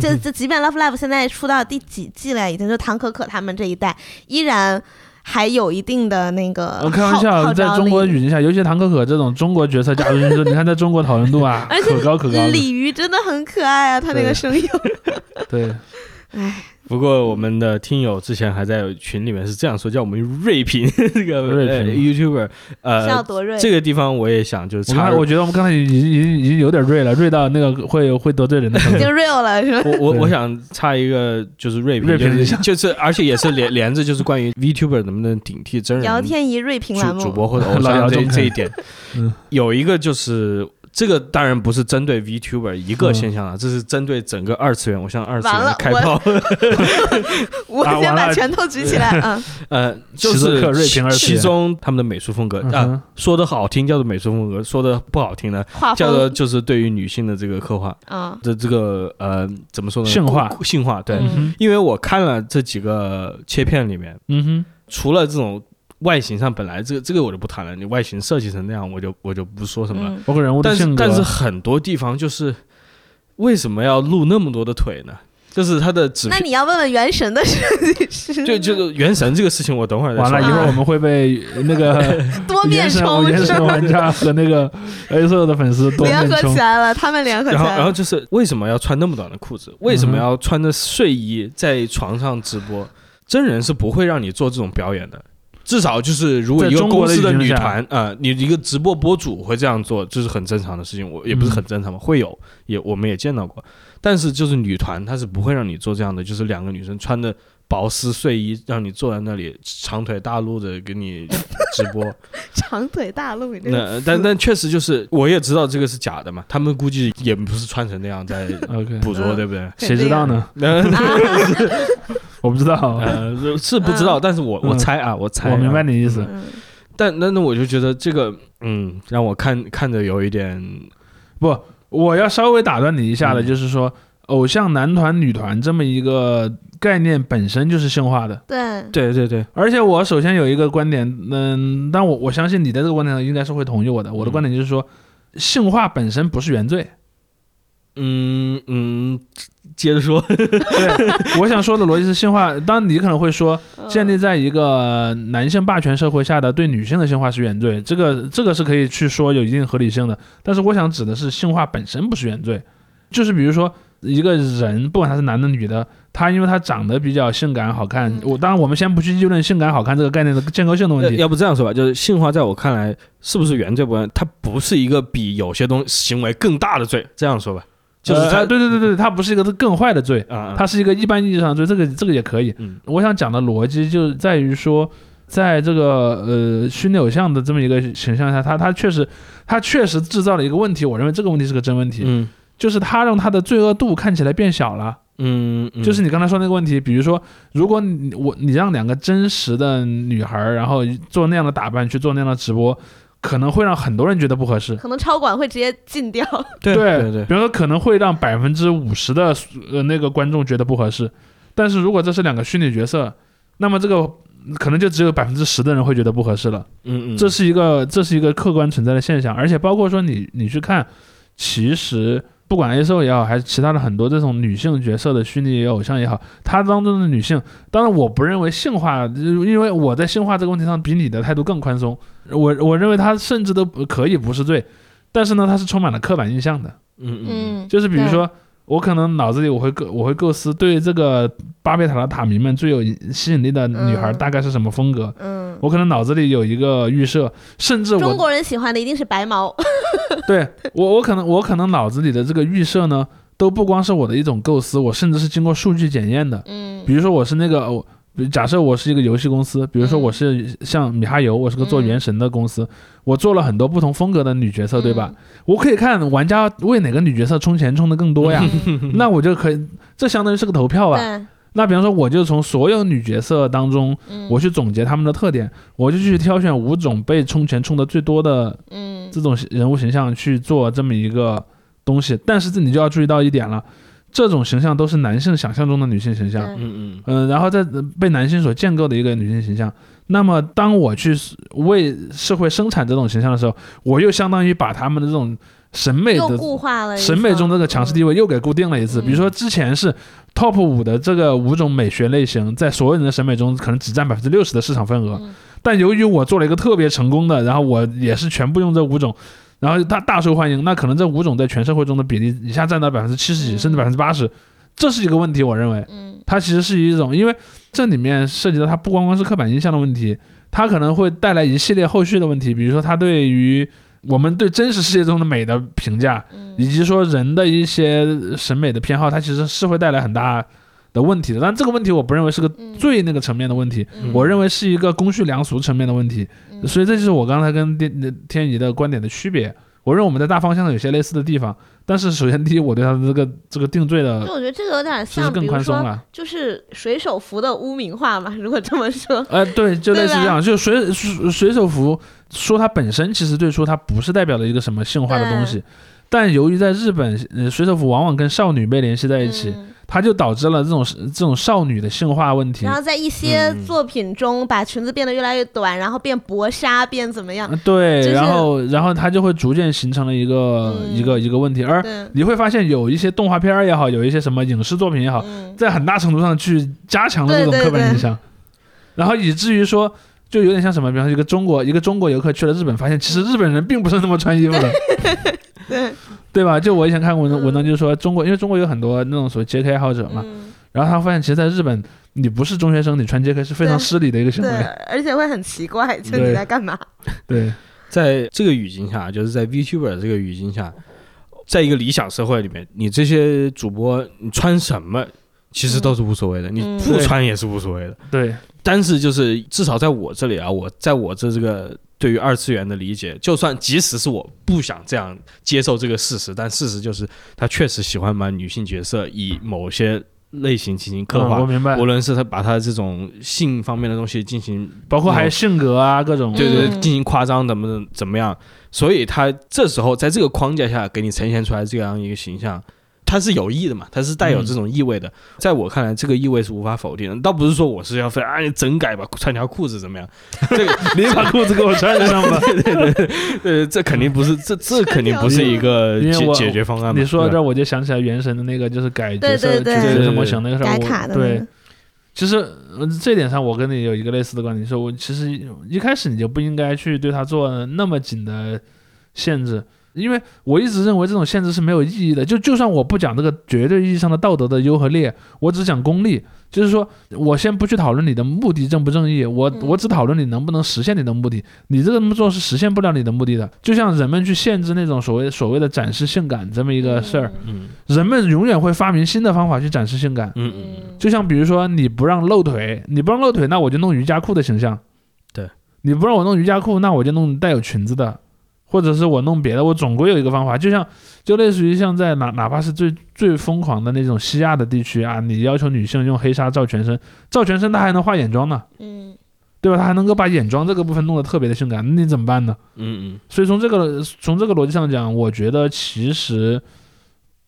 B: 就就即便《Love Live》现在出到第几季了，已经就唐可可他们这一代，依然还有一定的那个
C: 我开玩
B: 号
C: 笑，
B: 号
C: 在
B: 召
C: 中国
B: 力
C: 语境下，尤其唐可可这种中国角色加入进去，你看在中国讨论度啊，
B: 而且
C: 可高可高的。
B: 鲤鱼真的很可爱啊，他那
C: 对
B: 个声优，
C: 对，
B: 哎，
A: 不过我们的听友之前还在群里面是这样说，叫我们瑞平 这个
C: 瑞
A: 呃
C: 平
A: YouTuber，
B: 笑
A: 呃，
B: 多瑞，
A: 这个地方我也想就是
C: 我
A: 插
C: 看
A: 入
C: 我觉得我们刚才已经已经已经有点锐了，锐到那个会会得罪人的程
B: 已
C: 度。
B: 经 real 了是吧？
A: 我我
C: 对
A: 我想插一个，就是锐评，
C: 锐
A: 就
C: 评一
A: 是
C: 下
A: 就是，而且也是连连着，就是关于 VTuber 能不能顶替
C: 嗯
A: 真人
B: 姚天怡锐评栏
A: 主
B: 目
A: 主播 或者偶
C: 老
A: 像
C: 姚
A: 这
C: 中
A: 这一点
C: 嗯，
A: 有一个就是这个当然不是针对 VTuber 一个
C: 嗯
A: 现象啊，这是针对整个二次元，我向二次
B: 完
A: 元
B: 了
A: 开
B: 我
A: 炮，
B: 我
C: 啊
B: 先
C: 完
B: 把
C: 了
B: 拳头举起 来，嗯，
A: 呃，就
C: 史特克
A: 是
C: 锐
A: 其
C: 评二次
A: 其
C: 元
A: 中他们的美术风格
C: 嗯
A: 啊，
C: 哼
A: 说的好听叫做美术风格，说的不好听呢
B: 画
A: 叫做
B: 风，
A: 就是对于女性的这个刻画
B: 嗯，
A: 的这个呃怎么说呢？
C: 性化
A: 固性化对。
B: 嗯
C: 嗯
A: 因为我看了这几个切片里面，
C: 嗯哼，
A: 除了这种外形上本来这个这个我就不谈了，你外形设计成那样，我就我就不说什么了。
B: 嗯
C: 包括人物的
A: 但
C: 性
A: 是
C: 格，
A: 但是很多地方就是为什么要露那么多的腿呢？就是他的纸
B: 那
A: 片，
B: 你要问问原神的设计师，
A: 就就是原神这个事情，我等会儿再
C: 完
A: 说
C: 了，
B: 啊
C: 一会儿我们 会被那个
B: 多面
C: 原神
B: 冲
C: 原
B: 是
C: 神
B: 吧？
C: 玩家和 那个 A 社的粉丝多
B: 联
C: 面
B: 合
C: 冲
B: 起。来了，他们联合起
A: 然后，
B: 来
A: 然
B: 了
A: 后，就是为什么要穿那么短的裤子？为什么
C: 嗯哼
A: 要穿着睡衣在床上直播？真人是不会让你做这种表演的，至少就是如果
C: 在
A: 一个
C: 中国
A: 公
C: 的
A: 司的
C: 语境
A: 女
C: 下
A: 团啊、呃你一个直播博主会这样做，这、是很正常的事情。我也不是
C: 嗯
A: 很正常吧，会有也我们也见到过，但是就是女团她是不会让你做这样的，就是两个女生穿着。薄丝睡衣让你坐在那里长腿大陆的给你直 播，
B: 长腿大陆，你这个
A: 那但但确实就是我也知道这个是假的嘛，他们估计也不是穿成那样在
C: OK，
A: 捕捉，
B: 嗯
A: 对不对？
C: 谁知道呢？
B: 啊
A: 呃
C: 我不知道，
A: 呃，是不知道，但是我我
C: 嗯
A: 猜啊，我猜，
C: 我明白。你意思。
B: 嗯
A: 但那那我就觉得这个，嗯，让我看看着有一点，
C: 不，我要稍微打断你一下的，
A: 嗯
C: 就是说，偶像男团、女团这么一个概念本身就是性化的。
B: 对，
A: 对对对，
C: 而且我首先有一个观点，嗯，但我我相信你的这个观点上应该是会同意我的。我的观点就是说，性化本身不是原罪。
A: 嗯嗯，接着说，
C: 对，我想说的逻辑是性化，当然你可能会说，
B: 嗯
C: 建立在一个男性霸权社会下的对女性的性化是原罪，这个这个是可以去说有一定合理性的。但是我想指的是性化本身不是原罪，就是比如说一个人，不管他是男的女的，他因为他长得比较性感好看，
B: 嗯
C: 我当然我们先不去议论性感好看这个概念的建构性的问
A: 呃
C: 题。
A: 要不这样说吧，就是性化在我看来是不是原罪不原，它不是一个比有些东行为更大的罪，这样说吧，就是
C: 呃
A: 它
C: 对对对对，它不是一个更坏的罪，
A: 啊，
C: 它是一个一般意义上的罪，这个这个也可以。
A: 嗯
C: 我想讲的逻辑就在于说，在这个呃虚拟偶像的这么一个形象下，他他确实他确实制造了一个问题，我认为这个问题是个真问题，
A: 嗯
C: 就是他让他的罪恶度看起来变小了。
A: 嗯，嗯
C: 就是你刚才说那个问题，比如说，如果你我你让两个真实的女孩儿，然后做那样的打扮去做那样的直播，可能会让很多人觉得不合适。
B: 可能超管会直接禁掉。
A: 对
C: 对
A: 对对，
C: 比如说可能会让百分之五十的呃那个观众觉得不合适，但是如果这是两个虚拟角色，那么这个可能就只有百分之十的人会觉得不合适了。
A: 嗯嗯，
C: 这是一个这是一个客观存在的现象，而且包括说你你去看，其实不管 A S O 也好，还是其他的很多这种女性角色的虚拟偶像也好，它当中的女性，当然我不认为性化，因为我在性化这个问题上比你的态度更宽松，我我认为它甚至都不可以不是罪，但是呢，它是充满了刻板印象的。
A: 嗯嗯
C: 就是比如说，我可能脑子里我会构我会构思对这个巴别塔的塔迷们最有吸引力的女孩
B: 嗯
C: 大概是什么风格，
B: 嗯，
C: 我可能脑子里有一个预设，甚至
B: 中
C: 我
B: 国人喜欢的一定是白毛。
C: 对我我可能我可能脑子里的这个预设呢，都不光是我的一种构思，我甚至是经过数据检验的。
B: 嗯
C: 比如说我是那个我。比假设我是一个游戏公司，比如说我是像米哈游，我是个做
B: 嗯
C: 原神的公司，我做了很多不同风格的女角色，对
B: 嗯
C: 吧？？我可以看玩家为哪个女角色充钱充的 更多呀，
B: 嗯
C: 那我就可以，这相当于是个投票啊吧。
B: 对，
C: 那比方说，我就从所有女角色当中，
B: 嗯
C: 我去总结她们的特点，我就去挑选五种被充钱充的最多的
B: 嗯
C: 这种人物形象去做这么一个东西。但是这你就要注意到一点了，这种形象都是男性想象中的女性形象。
B: 对
A: 嗯
C: 嗯，然后再被男性所建构的一个女性形象。那么，当我去为社会生产这种形象的时候，我又相当于把他们的这种审美
B: 又
C: 的
B: 固化了一
C: 审美
B: 层
C: 中这个强势地位又给固定了一次。
B: 嗯
C: 比如说之前是 top 五的这个五种美学类型，在所有人的审美中可能只占百分之六十的市场份额，
B: 嗯
C: 但由于我做了一个特别成功的，然后我也是全部用这五种。然后它大受欢迎，那可能这五种在全社会中的比例一下占到百分之七十几，
B: 嗯
C: 甚至百分之八十，这是一个问题。我认为，
B: 嗯
C: 它其实是一种，因为这里面涉及到它不光光是刻板印象的问题，它可能会带来一系列后续的问题，比如说它对于我们对真实世界中的美的评价，
B: 嗯
C: 以及说人的一些审美的偏好，它其实是会带来很大的问题的。但这个问题我不认为是个
B: 嗯
C: 最那个层面的问题，
B: 嗯
C: 我认为是一个公序良俗层面的问题。
B: 嗯
C: 所以这就是我刚才跟天呃天怡的观点的区别。我认为我们在大方向上有些类似的地方，但是首先第一，我对它的这个这个定罪
B: 就
C: 的
B: 我觉得这个有点
C: 其实
B: 像，比
C: 更宽
B: 如
C: 松
B: 说
C: 了。
B: 就是水手服的污名化嘛，如果这么说。
C: 呃，对，就类似
B: 对吧
C: 这样，就水水水手服说它本身其实最初它不是代表了一个什么性化的东西，但由于在日本，呃，水手服往往跟少女被联系在一起，
B: 嗯
C: 它就导致了这种这种少女的性化问题
B: 然。后在一些
A: 嗯
B: 作品中，把裙子变得越来越短，然后变薄纱，变怎么样？
C: 呃对，
B: 就是
C: 然后然后它就会逐渐形成了一个、
B: 嗯
C: 一个一个问题，而
B: 对，
C: 你会发现有一些动画片儿也好，有一些什么影视作品也好，
B: 嗯，
C: 在很大程度上去加强了这种
B: 对对
C: 刻板印象，然后以至于说，就有点像什么，比方说一个中国一个中国游客去了日本，发现其实日本人并不是那么穿衣服的，
B: 嗯对，
C: 对吧？就我以前看过文章
B: 嗯
C: 文章，就是说中国，因为中国有很多那种所谓 JK 爱好者嘛，
B: 嗯
C: 然后他发现其实在日本，你不是中学生，你穿 JK 是非常
B: 对
C: 失礼的一个行
B: 对
C: 为，，
B: 而且会很奇怪，就
C: 对
B: 你在干嘛？
C: 对
A: 在这个语境下，就是在 VTuber 这个语境下，在一个理想社会里面，你这些主播你穿什么其实都是无所谓的，
B: 嗯
A: 你不穿也是无所谓的。
C: 对
A: 但是就是至少在我这里啊，我在我这这个对于二次元的理解，就算即使是我不想这样接受这个事实，但事实就是他确实喜欢把女性角色以某些类型进行刻
C: 嗯我
A: 画。
C: 明白
A: 无，论是他把他这种性方面的东西进行
C: 包括还有
A: 嗯
C: 性格啊各种，
A: 对对，
B: 嗯
A: 对进行夸张怎么怎么怎么样，所以他这时候在这个框架下给你呈现出来这样一个形象，它是有意的嘛，它是带有这种意味
C: 嗯
A: 的。在我看来，这个意味是无法否定的，倒不是说我是要非啊你整改吧，穿条裤子怎么 样？这个
C: 你把裤子给我穿上吧。
A: 呃，这肯定不是，这 这肯定不是一个
C: 因为
A: 解
C: 我
A: 解决方案嘛。
C: 你说
A: 对吧
C: 这我就想起来《原神》的那个，就是改角色
B: 对对
C: 角
B: 对
C: 色模型那个事儿，
B: 改
C: 我
B: 卡的那
C: 对
B: 个，
C: 其实呃这点上，我跟你有一个类似的观点，就是我其实一开始你就不应该去对它做那么紧的限制，因为我一直认为这种限制是没有意义的。就就算我不讲这个绝对意义上的道德的优和劣，我只讲功利，就是说我先不去讨论你的目的正不正义，我
B: 嗯
C: 我只讨论你能不能实现你的目的。你这么做是实现不了你的目的的。就像人们去限制那种所谓所谓的展示性感这么一个事儿，
A: 嗯
C: 人们永远会发明新的方法去展示性感。
A: 嗯嗯
B: 嗯，
C: 就像比如说你不让露腿，你不让露腿，那我就弄瑜伽裤的形象。
A: 对，
C: 你不让我弄瑜伽裤，那我就弄带有裙子的，或者是我弄别的，我总归有一个方法。就像就类似于像在哪哪怕是最最疯狂的那种西亚的地区啊，你要求女性用黑纱罩全身，罩全身她还能画眼妆呢。
B: 嗯，
C: 对吧？他还能够把眼妆这个部分弄得特别的性感，那你怎么办呢？
A: 嗯嗯
C: 所以从这个从这个逻辑上讲，我觉得其实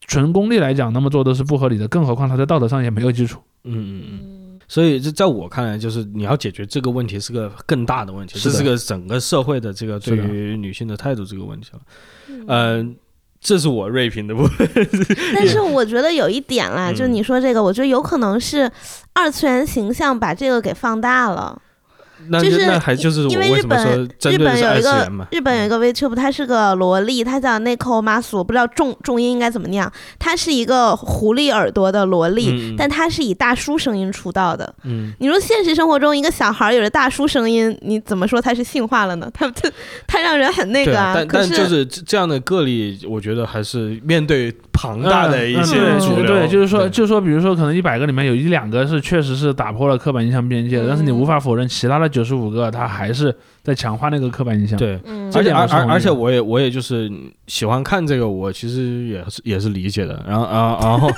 C: 纯功利来讲，那么做都是不合理的，更何况他在道德上也没有基础。
A: 嗯嗯嗯。所以，这在我看来，就是你要解决这个问题是个更大的问题，
C: 是的
A: 这是个整个社会的这个对
C: 是的
A: 于女性的态度这个问题了。呃，这是我锐评的部分。
B: 但是我觉得有一点啦，
A: 嗯
B: 就你说这个，我觉得有可能是二次元形象把这个给放大了。
A: 那
B: 就是
A: 那还就是
B: 因
A: 我
B: 为
A: 为
B: 日
A: 什么说
B: 本
A: 针对
B: 日
A: 的
B: 本
A: 是
B: 有
A: 二
B: 一
A: 次
B: 个
A: 元嘛？
B: 日本有一个 VTube，她是个萝莉，她叫 Nico Masu，我不知道重重音应该怎么念。她是一个狐狸耳朵的萝莉，
A: 嗯嗯
B: 但她是以大叔声音出道的。
A: 嗯，
B: 你说现实生活中一个小孩儿有着大叔声音，你怎么说他是性化了呢？他 他他让人很那
A: 对
B: 个
A: 啊，但
B: 可
A: 但
B: 是
A: 就是这这样的个例，我觉得还是面对庞大的一些
C: 嗯嗯
A: 主流，
C: 对，就是说，就是说，比如说，可能一百个里面有一两个是确实是打破了刻板印象边界的，
B: 嗯
C: 但是你无法否认，其他的九十五个他还是在强化那个刻板印象。，
A: 对。
B: 嗯
C: 这
A: 而且
C: 点我
A: 而
C: 是同
A: 而
C: 意的
A: 而且我也我也就是喜欢看这个，我其实也是也是理解的。然后啊，然 后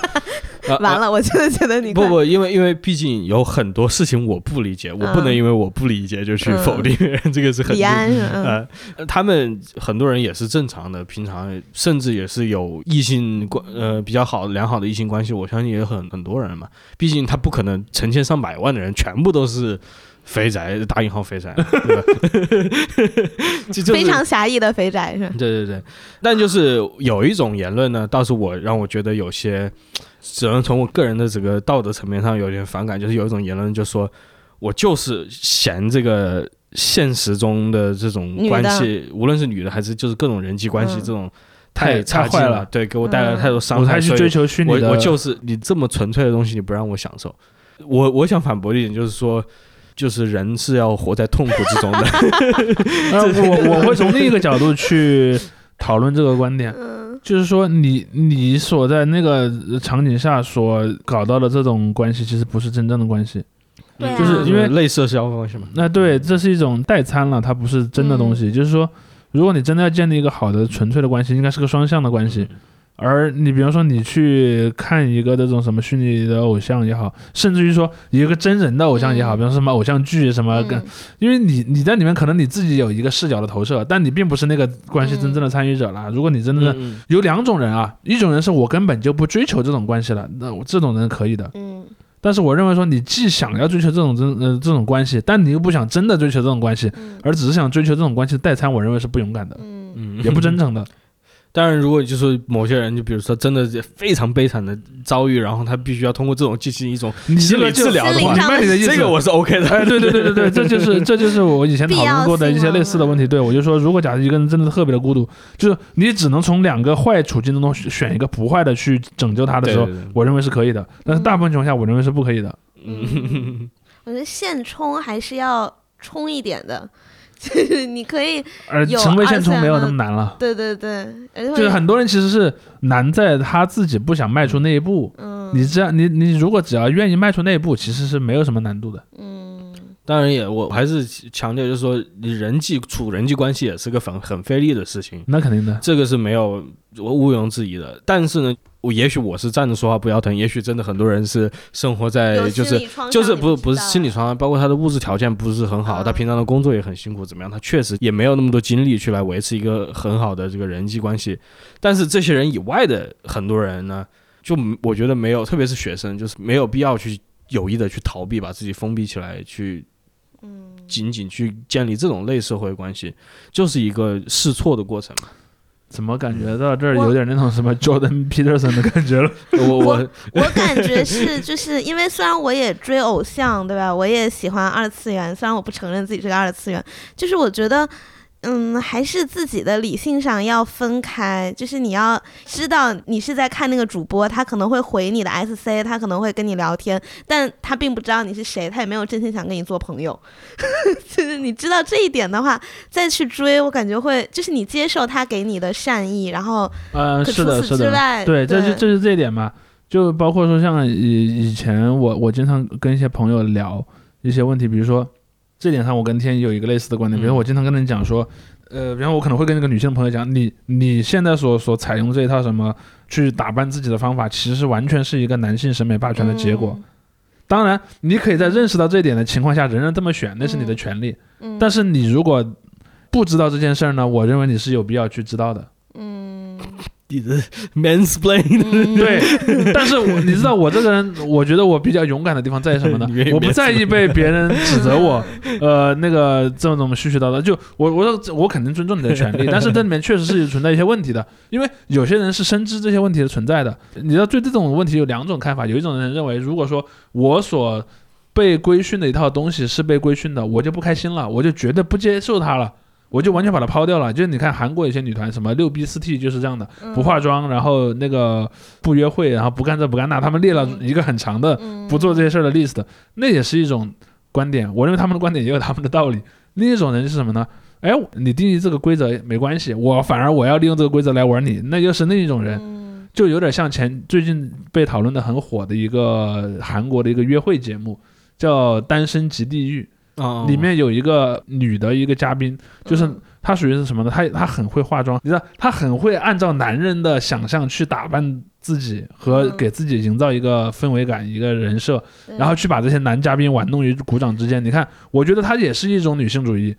A: 啊
B: 完了，我真的觉得你
A: 不
B: 快
A: 不，因为因为毕竟有很多事情我不理解，我不能因为我不理解就去否定别人，这个是很
B: 嗯李安是吧嗯
A: 呃，他们很多人也是正常的，平常甚至也是有异性关呃比较好良好的异性关系，我相信也有很很多人嘛。毕竟他不可能成千上百万的人全部都是肥宅，打引号肥宅，对吧？ 这就是
B: 非常狭义的肥宅 是吧？
A: 对对对，但就是有一种言论呢，倒是我让我觉得有些，只能从我个人的这个道德层面上有点反感，就是有一种言论就说，我就是嫌这个现实中的这种
B: 女
A: 关
B: 的
A: 系，无论是女的还是就是各种人际关系
B: 嗯
A: 这种
C: 太
A: 差
C: 太
A: 劲
C: 坏
A: 了，
C: 了
A: 对，给我带来太多伤
C: 我
A: 害，
C: 还去
A: 所以
C: 追求虚拟
A: 我
C: 的，
A: 我就是你这么纯粹的东西，你不让我享受。我我想反驳的一点就是说，就是人是要活在痛苦之中的。
C: 呃我我会从另一个角度去讨论这个观点，
B: 嗯
C: 就是说你，你所在那个呃场景下所搞到的这种关系，其实不是真正的关系。
B: 对啊
C: 就是因为
A: 类似是要关系嘛。
C: 那对，这是一种代餐了，它不是真的东西。就是说，如果你真的要建立一个好的、纯粹的关系，应该是个双向的关系。而你比方说，你去看一个这种什么虚拟的偶像也好，甚至于说一个真人的偶像也好，
B: 嗯
C: 比方说什么偶像剧什
A: 啊
C: 么跟，因为你你在里面可能你自己有一个视角的投射，但你并不是那个关系真正的参与者啦。如果你真的
A: 嗯
C: 有两种人啊，一种人是我根本就不追求这种关系了，那我这种人可以的。
B: 嗯
C: 但是我认为说，你既想要追求这种真呃这种关系，但你又不想真的追求这种关系，
B: 嗯
C: 而只是想追求这种关系的代餐，我认为是不勇敢的，
B: 嗯
A: 嗯
C: 也 不真诚的。
A: 当然，如果就是某些人，就比如说真的是非常悲惨的遭遇，然后他必须要通过这种进行一种
C: 你这
A: 心
C: 个
A: 理
C: 就
A: 治疗的
C: 我
A: 话
C: 明白你的意思。
A: 这个我是 OK 的。
C: 哎，对对对对对，这就是这就是我以前讨论过的一些类似的问题。对我就说，如果假设一个人真的特别的孤独，就是你只能从两个坏处境当中选一个不坏的去拯救他的时候
A: 对对对，
C: 我认为是可以的。但是大部分情况下，我认为是不可以的。
A: 嗯，
B: 我觉得现充还是要充一点的，就是你可以，
C: 而
B: 有
C: 成为现
B: 二
C: 充
B: 三
C: 没有那
B: 呢
C: 么难了。
B: 对对对，而且
C: 就是很多人其实是难在他自己不想迈出那一步。
B: 嗯
C: 你只要你你如果只要愿意迈出那一步，其实是没有什么难度的。
B: 嗯
A: 当然也，我还是强调，就是说人际处人际关系也是个很很费力的事情，
C: 那肯定 的，
A: 这个是没有我毋庸置疑的。但是呢，我也许我是站着说话不腰疼，也许真的很多人是生活在
B: 有
A: 哎就是
B: 心理创伤
A: 就是
B: 你
A: 不
B: 知
A: 不是
B: 道
A: 心理创伤，包括他的物质条件不是很好，
B: 嗯
A: 他平常的工作也很辛苦，怎么样？他确实也没有那么多精力去来维持一个很好的这个人际关系。但是这些人以外的很多人呢，就我觉得没有，特别是学生，就是没有必要去有意的去逃避，把自己封闭起来，去
B: 嗯
A: 仅仅去建立这种类社会关系，就是一个试错的过程嘛。
C: 怎么感觉到这儿
B: 我
C: 有点那种什么 Jordan Peterson 的感觉了？
A: 我我
B: 我 我感觉是，就是因为虽然我也追偶像，对吧？我也喜欢二次元，虽然我不承认自己是个二次元，就是我觉得。嗯，还是自己的理性上要分开，就是你要知道你是在看那个主播，他可能会回你的 SC，他可能会跟你聊天，但他并不知道你是谁，他也没有真心想跟你做朋友。 就是你知道这一点的话，再去追，我感觉会就是你接受他给你的善意，然后
C: 嗯，
B: 可
C: 是
B: 除
C: 的，是
B: 此之
C: 的，
B: 外，
C: 对，这
B: 对
C: 就这是这一点嘛，就包括说像以以前我我经常跟一些朋友聊一些问题，比如说这点上我跟天一有一个类似的观点，比如
A: 嗯
C: 我经常跟人讲说，呃，比方我可能会跟这个女性的朋友讲，你你现在所所采用这一套什么去打扮自己的方法，其实完全是一个男性审美霸权的结果。当然，你可以在认识到这一点的情况下，仍然这么选，那是你的权利。
B: 嗯
C: 但是你如果不知道这件事儿呢，我认为你是有必要去知道的。
B: 嗯，
A: 你的 mansplain，
C: 对，但是我你知道我这个人，我觉得我比较勇敢的地方在于什 么呢
A: 你愿意？
C: 我不在意被别人指责我，呃，那个这种絮絮叨叨。就我我我肯定尊重你的权利，但是这里面确实是存在一些问题的，因为有些人是深知这些问题的存在的。你知道对这种问题有两种看法，有一种人认为，如果说我所被规训的一套东西是被规训的，我就不开心了，我就绝对不接受它了。我就完全把它抛掉了，就是你看韩国有些女团，什么六 B 四 T 就是这样的，
B: 嗯
C: 不化妆，然后那个不约会，然后不干这不干那，他们列了一个很长的
B: 嗯
C: 不做这些事儿的 list，那也是一种观点。我认为他们的观点也有他们的道理。另一种人是什么呢？哎，你定义这个规则没关系，我反而我要利用这个规则来玩你，那又是另一种
B: 嗯
C: 人，就有点像前最近被讨论的很火的一个韩国的一个约会节目，叫《单身即地狱》。
A: 哦
C: 里面有一个女的一个嘉宾，就是
B: 嗯
C: 她属于是什么呢？她她很会化妆，你知道，她很会按照男人的想象去打扮自己和
B: 嗯
C: 给自己营造一个氛围感、一个人设，然后去把这些男嘉宾玩弄于股掌之
B: 嗯
C: 间。你看，我觉得她也是一种女性主义，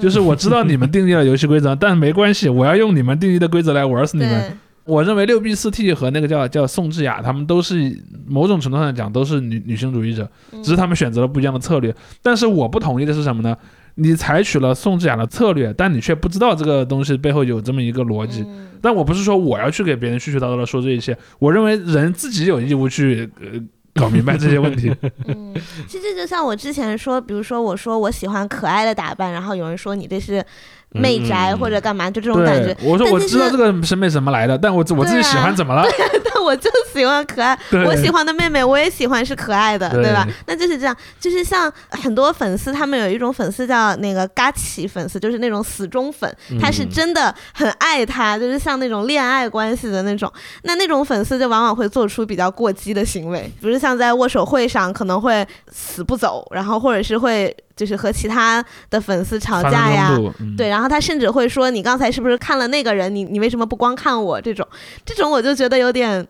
C: 就是我知道你们定义了游戏规则，但没关系，我要用你们定义的规则来玩死你们。
B: 对，
C: 我认为六 B 四 T 和那个叫叫宋智雅，他们都是某种程度上讲都是女女性主义者，
B: 嗯
C: 只是他们选择了不一样的策略。但是我不同意的是什么呢？你采取了宋智雅的策略，但你却不知道这个东西背后有这么一个逻
B: 嗯
C: 辑。但我不是说我要去给别人絮絮叨叨的说这一切，我认为人自己有义务去呃搞明白这些问题。
B: 嗯， 其实就像我之前说，比如说我说我喜欢可爱的打扮，然后有人说你这是媚宅
A: 嗯
B: 或者干嘛，就这种感
C: 对
B: 觉。，
C: 我说
B: 但
C: 我
B: 其
C: 知道
B: 实
C: 这个审美什么来的，但我自我自己
B: 对啊
C: 喜欢怎么了？
B: 但我就喜欢可爱，
C: 对
B: 我喜欢的妹妹我也喜欢是可爱的，
C: 对
B: 对吧？那就是这样，就是像很多粉丝，他们有一种粉丝叫那个嘎奇粉丝，就是那种死忠粉，
C: 嗯
B: 他是真的很爱他，就是像那种恋爱关系的那种。那那种粉丝就往往会做出比较过激的行为，比如像在握手会上可能会死不走，然后或者是会就是和其他的粉丝吵
C: 发
B: 架
C: 生
B: 呀
C: 冲。突，嗯
B: 对，，然后他甚至会说：“你刚才是不是看了那个人？你你为什么不光看我？”这种，这种我就觉得有点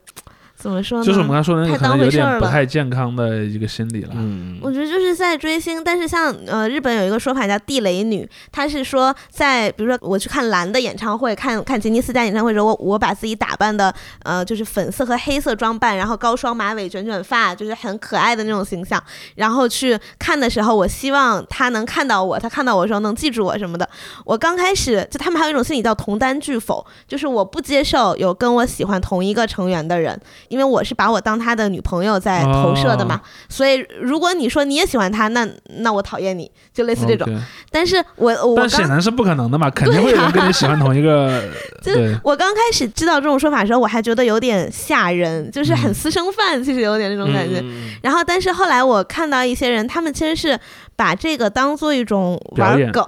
B: 怎么说呢？
C: 就是我们刚才说的那个，
B: 太
C: 可
B: 当
C: 能
B: 回
C: 有
B: 事
C: 点
B: 儿
C: 不
B: 了
C: 太健康的一个心理了。
A: 嗯，
B: 我觉得就是在追星，但是像呃日本有一个说法叫“地雷女”，她是说在比如说我去看蓝的演唱会，看看吉尼斯家演唱会的时候，我我把自己打扮的呃就是粉色和黑色装扮，然后高双马尾、卷卷发，就是很可爱的那种形象。然后去看的时候，我希望他能看到我，他看到我的时候能记住我什么的。我刚开始就他们还有一种心理叫同担拒否，就是我不接受有跟我喜欢同一个成员的人，因为我是把我当他的女朋友在投射的嘛。
C: 哦
B: 所以如果你说你也喜欢他，那那我讨厌你，就类似这种。
C: OK
B: 但是我我刚
C: 但显然是不可能的嘛，肯定会有人跟你喜欢同 一个。
B: 就
C: 对，
B: 我刚开始知道这种说法的时候，我还觉得有点吓人，就是
C: 嗯
B: 很私生饭，其实有点那种感觉。
A: 嗯
B: 然后，但是后来我看到一些人，他们其实是把这个当做一种
C: 表
B: 玩
C: 演
B: 梗，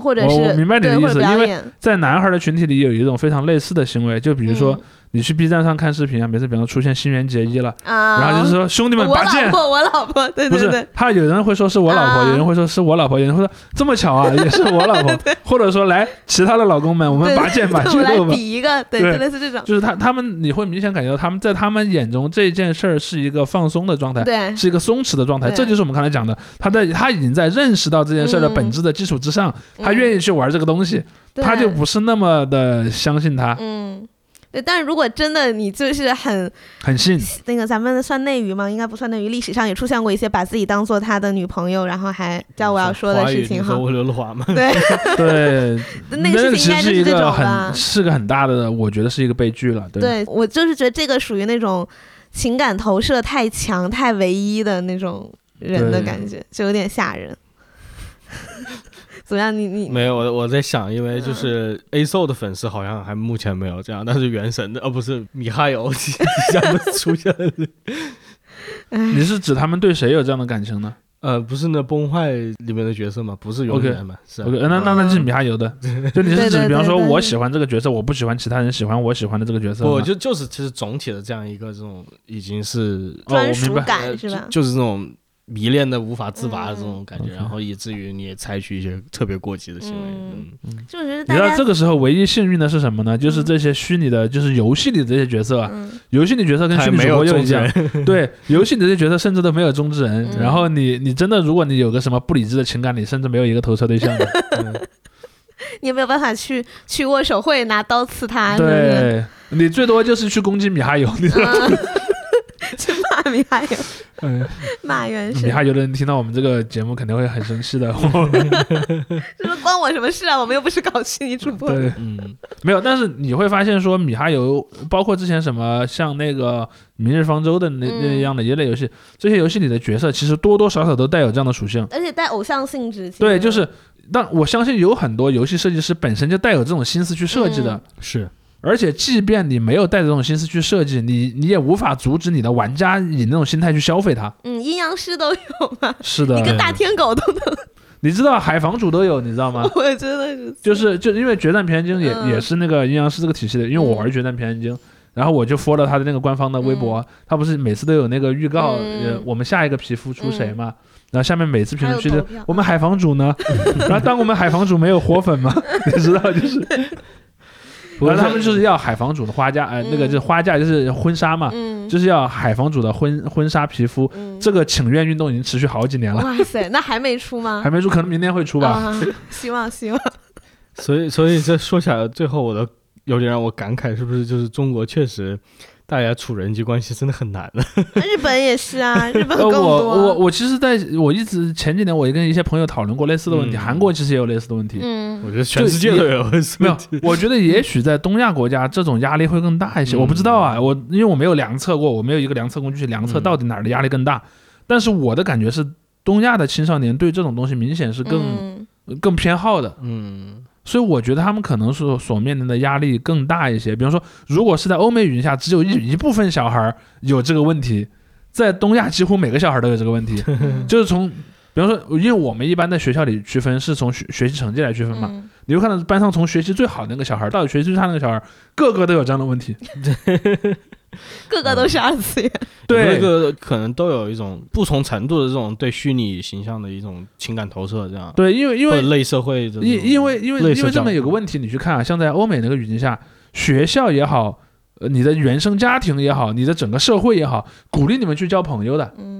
B: 或者
C: 我
B: 是
C: 我明白你的
B: 对
C: 意
B: 或者
C: 思
B: 表
C: 因为
B: 演
C: 在男孩的群体里有一种非常类似的行为，就比如
B: 嗯
C: 说、你去 B 站上看视频啊，每次比方说出现新垣结衣了，
B: 嗯啊，
C: 然后就是说兄弟们
B: 我
C: 拔
B: 老
C: 剑。
B: 婆，我老婆，对
C: 不
B: 对
C: 是
B: 对，，
C: 他有人会说是我老婆，
B: 啊
C: 有人会说是我老婆，有人会说这么巧啊，也是我老 婆， 或者说来其他的老公们，我们
B: 对
C: 拔剑拔
B: 我
C: 决
B: 们来
C: 斗吧。
B: 比一个，对，
C: 对
B: 就类似这种，
C: 就是他他们，你会明显感觉到他们在他们眼中这件事儿是一个放松的状态，
B: 对，
C: 是一个松弛的状态。
B: 对
C: 这就是我们刚才讲的，他在他已经在认识到这件事儿的
B: 嗯
C: 本质的基础之上，他愿意去玩这个东西，
B: 对
C: 他就不是那么的相信他，
B: 嗯。对，但是如果真的你就是很
C: 很信。
B: 那个，咱们算内娱吗？应该不算内娱，历史上也出现过一些把自己当做他的女朋友，然后还叫我要说的事
A: 华语
B: 情
A: 你
B: 哈
A: 说。我刘德华吗？
B: 对，
C: 对，
B: 那个事情
C: 其
B: 应该就是
C: 实
B: 是
C: 一
B: 这
C: 个
B: 种吧
C: 很。是个很大的，我觉得是一个悲剧了。对，
B: 对我就是觉得这个属于那种情感投射太强、太唯一的那种人的
C: 对
B: 感觉，就有点吓人。 怎么样？你你
A: 没有，我我在想，因
B: 嗯
A: 为就是 A SO 的粉丝好像还目前没有这样，但是原神的哦不是米哈游下面出现了，
C: 你哦是指他们对谁有这样的感情呢
A: 呃不是那崩坏里面的角色吗？不是永
C: OK，
A: 远嘛是啊
C: ？OK，那那那是米哈游 的，就你是
B: 对
C: 指
B: 对
C: 比方说
B: 对对
C: 我喜欢这个角色，我不喜欢其他人喜欢我喜欢的这个角色吗。
A: 不就就是其实总体的这样一个这种已经是
C: 哦我
B: 专
C: 明
B: 属
C: 白
A: 呃
B: 感是吧？嗯
A: 就就是这种迷恋的无法自拔的这种感觉，然后以至于你也采取一些特别过激的行为。
B: 嗯
A: 嗯，
B: 就我觉得
C: 你
B: 大
C: 知道
B: 家
C: 这个时候唯一幸运的是什么呢？就是
B: 嗯
C: 这些虚拟的，就是游戏里的这些角色啊，
B: 嗯
C: 游戏里角色跟
A: 还
C: 虚拟
A: 没
C: 主
A: 有
C: 播又
A: 中
C: 一样，
A: 间，
C: 对，游戏里这些角色甚至都没有中之人。
B: 嗯
C: 然后你你真的，如果你有个什么不理智的情感，你甚至没有一个投射 对象的。
A: 嗯
B: 你也没有办法去去握手会拿刀刺他，是不是？
C: 对你最多就是去攻击米 哈游，你
B: 啊
C: 知道吗？
B: 嗯去骂米哈游，
C: 嗯
B: 骂原
C: 米
B: 神，
C: 哈游的人听到我们这个节目肯定会很生 气的。
B: 就是关我什么事啊？我们又不是搞虚拟主播。
C: 对，
A: 嗯，
C: 没有，但是你会发现说米哈游，包括之前什么像那个《明日方舟》的那
B: 嗯
C: 那样的一类游戏，这些游戏里的角色其实多多少少都带有这样的属性。
B: 而且带偶像性质，其
C: 对，
B: 实
C: 就是，但我相信有很多游戏设计师本身就带有这种心思去设计的。
B: 嗯
A: 是
C: 而且，即便你没有带着这种心思去设计，你你也无法阻止你的玩家以那种心态去消费它。
B: 嗯，阴阳师都有嘛，
C: 是
B: 一个
C: 的，
B: 大天狗都能，
C: 你知道海防主都有，你知道 吗？
B: 我真的是
C: 就是就因为《决战平安京》也、
B: 嗯
C: 也是那个阴阳师这个体系的，因为我玩《决战平安京》，然后我就 follow 他的那个官方的微博，他不是每次都有那个预告，
B: 嗯
C: 呃，我们下一个皮肤出谁嘛？然后下面每次评论区
B: 还有
C: 的
B: 投票
C: 我们海防主呢， 然后当我们海防主没有活粉嘛， 你知道就是，然后他们就是要海防主的花嫁，呃，那个就是花嫁就是婚纱嘛，
B: 嗯
C: 就是要海防主的婚婚纱皮肤，
B: 嗯，
C: 这个请愿运动已经持续好几年了，
B: 哇塞，那还没出吗？
C: 还没出，可能明年会出吧。
B: 啊，希望希望，
A: 所以所以这说起来，最后我都有点让我感慨，是不是就是中国确实大家处人际关系真的很难了？
B: 日本也是啊， 日本
C: 呃，
B: 更
C: 我我
B: 多，
C: 我其实在我一直前几年我也跟一些朋友讨论过类似的问题，
A: 嗯
C: 韩国其实也有类似的问题。
B: 嗯
A: 我觉得全世界都有，
C: 没有，我觉得也许在东亚国家这种压力会更大一些，
A: 嗯嗯
C: 我不知道啊，我因为我没有量测过，我没有一个量测工具去量测到底哪儿的压力更大。但是我的感觉是，东亚的青少年对这种东西明显是更、
B: 嗯
C: 更偏好的，
A: 嗯，
C: 所以我觉得他们可能所所面临的压力更大一些。比方说，如果是在欧美语境下，只有
B: 嗯
C: 一一部分小孩儿有这个问题，在东亚几乎每个小孩儿都有这个问题。
B: 嗯
C: 就是从，比方说，因为我们一般在学校里区分是从学学习成绩来区分嘛，
B: 嗯
C: 你会看到班上从学习最好的那个小孩儿到学习最差的那个小孩儿，个个都有这样的问题。
B: 个个都是二次元，
A: 每个可能都有一种不同程度的这种对虚拟形象的一种情感投射，这样
C: 对，因为因
A: 或
C: 为
A: 者类社会这种，
C: 因因为因为
A: 类似
C: 因为这
A: 教
C: 么有个问题，你去看啊，像在欧美那个语境下，学校也好，呃，你的原生家庭也好，你的整个社会也好，鼓励你们去交朋友的。
B: 嗯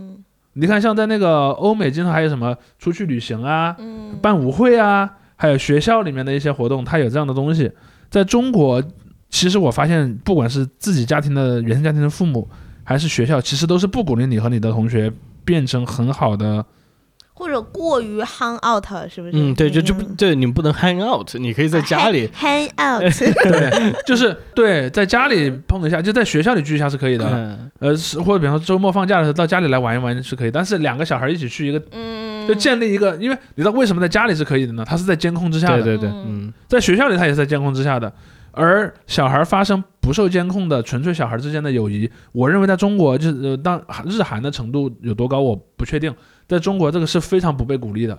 C: 你看，像在那个欧美，经常还有什么出去旅行啊，
B: 嗯，
C: 办舞会啊，还有学校里面的一些活动，它有这样的东西。在中国，其实我发现，不管是自己家庭的原生家庭的父母，还是学校，其实都是不鼓励你和你的同学变成很好的。
B: 或者过于 hang out 是不是？
A: 嗯，对，就就不
B: 嗯啊
A: 对，你们不能 hang out，你可以在家里，
B: hang hang out，
C: 对，就是对，在家里碰一下，就在学校里聚一下是可以的。
A: 嗯，
C: 呃，是或者比方说周末放假的时候到家里来玩一玩是可以，但是两个小孩一起去一个，
B: 嗯，
C: 就建立一个，因为你知道为什么在家里是可以的呢？它是在监控之下的
A: 对。对对，
B: 嗯
A: 嗯，
C: 在学校里他也是在监控之下的。而小孩发生不受监控的纯粹小孩之间的友谊，我认为在中国就是呃当日韩的程度有多高我不确定，在中国这个是非常不被鼓励的。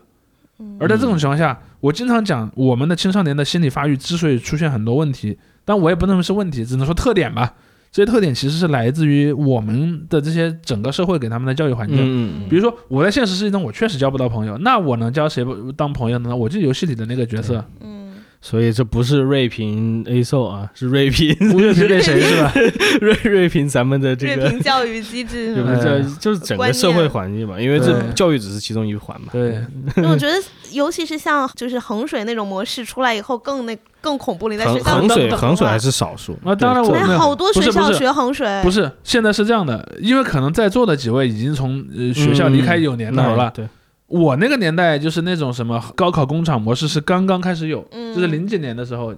C: 而在这种情况下，我经常讲我们的青少年的心理发育之所以出现很多问题，但我也不能说是问题，只能说特点吧。这些特点其实是来自于我们的这些整个社会给他们的教育环境。
A: 嗯嗯
C: 比如说我在现实世界中我确实交不到朋友，那我能交谁不当朋友呢？我就是游戏里的那个角色。
B: 嗯，
A: 所以这不是瑞平 A 兽啊，是瑞平
C: 吴月是那谁是吧？
A: 瑞瑞平咱们的这
B: 瑞
A: 个
B: 平教育机
A: 对
B: 制是
A: 不
B: 吧
A: 对？
C: 哎
A: 这就是整个社会环境嘛，因为
C: 对
A: 这教育只是其中一环嘛。
C: 对，
B: 因为我觉得，尤其是像就是衡水那种模式出来以后，更那更恐怖了。你在
A: 衡
B: 学校
A: 衡水
B: 等
A: 衡水
B: 啊
A: 还是少数
C: 啊当然
A: 对
C: 我
A: 这
B: 哎
C: 没有
B: 好多
C: 不
B: 学
C: 是不
B: 校
C: 是
B: 学衡水，
C: 不是，现在是这样的，因为可能在座的几位已经从呃学校离开有年头了。
A: 对，
C: 我那个年代就是那种什么高考工厂模式是刚刚开始有，
B: 嗯
C: 就是零几年的时候，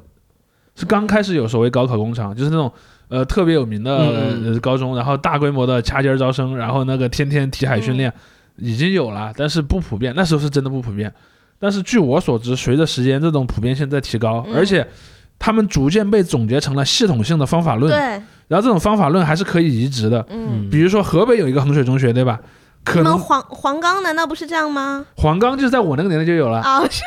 C: 是刚开始有所谓高考工厂，就是那种呃特别有名的、
A: 嗯嗯
C: 呃高中，然后大规模的掐尖儿招生，然后那个天天题海训
B: 嗯
C: 练、已经有了，但是不普遍，那时候是真的不普遍。但是据我所知，随着时间这种普遍性在提高，
B: 嗯
C: 而且他们逐渐被总结成了系统性的方法论。
B: 对，
C: 然后这种方法论还是可以移植的。
B: 嗯，
C: 比如说河北有一个衡水中学，对吧？
B: 你
C: 可
B: 们
C: 能
B: 黄黄冈难道不是这样吗？
C: 黄冈就是在我那个年代就有了。
B: 啊，是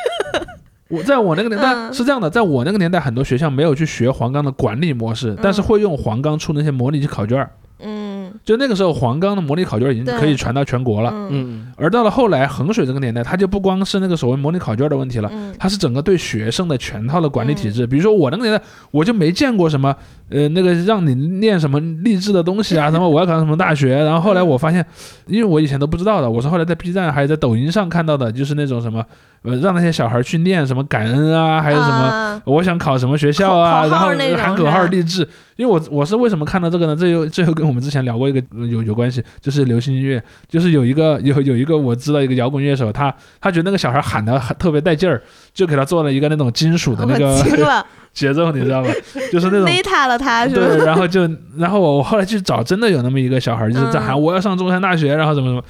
C: 我在我那个年代
B: 嗯
C: 是这样的，在我那个年代很多学校没有去学黄冈的管理模式，但是会用黄冈出的那些模拟考卷儿。
B: 嗯
C: 就那个时候黄冈的模拟考卷已经
B: 对
C: 可以传到全国了，
B: 嗯
A: 嗯
C: 而到了后来衡水这个年代，它就不光是那个所谓模拟考卷的问题了。
B: 嗯
C: 它是整个对学生的全套的管理体制，比如说我那个年代，我就没见过什么，呃，那个让你念什么励志的东西啊，什么我要考上什么大学，然后后来我发现，因为我以前都不知道的，我是后来在 B 站还有在抖音上看到的，就是那种什么，呃，让那些小孩去念什么感恩啊，还有什么
B: 啊
C: 我想考什么学校啊，
B: 口口
C: 然
B: 号
C: 后
B: 那种
C: 喊口
B: 是
C: 号
B: 吧
C: 励志。因为我我是为什么看到这个呢？这又这又跟我们之前聊过一个呃有有关系，就是流行音乐，就是有一个 有有一个我知道一个摇滚乐手，他他觉得那个小孩喊的特别带劲儿，就给他做了一个那种金属的那
B: 我惊
C: 个
B: 了，
C: 节奏，你知道吧？就是那种
B: 内塔了他是吧？
C: 对，然后就，然后我我后来去找，真的有那么一个小孩，就是在喊
B: 嗯
C: 我要上中山大学，然后怎么怎么，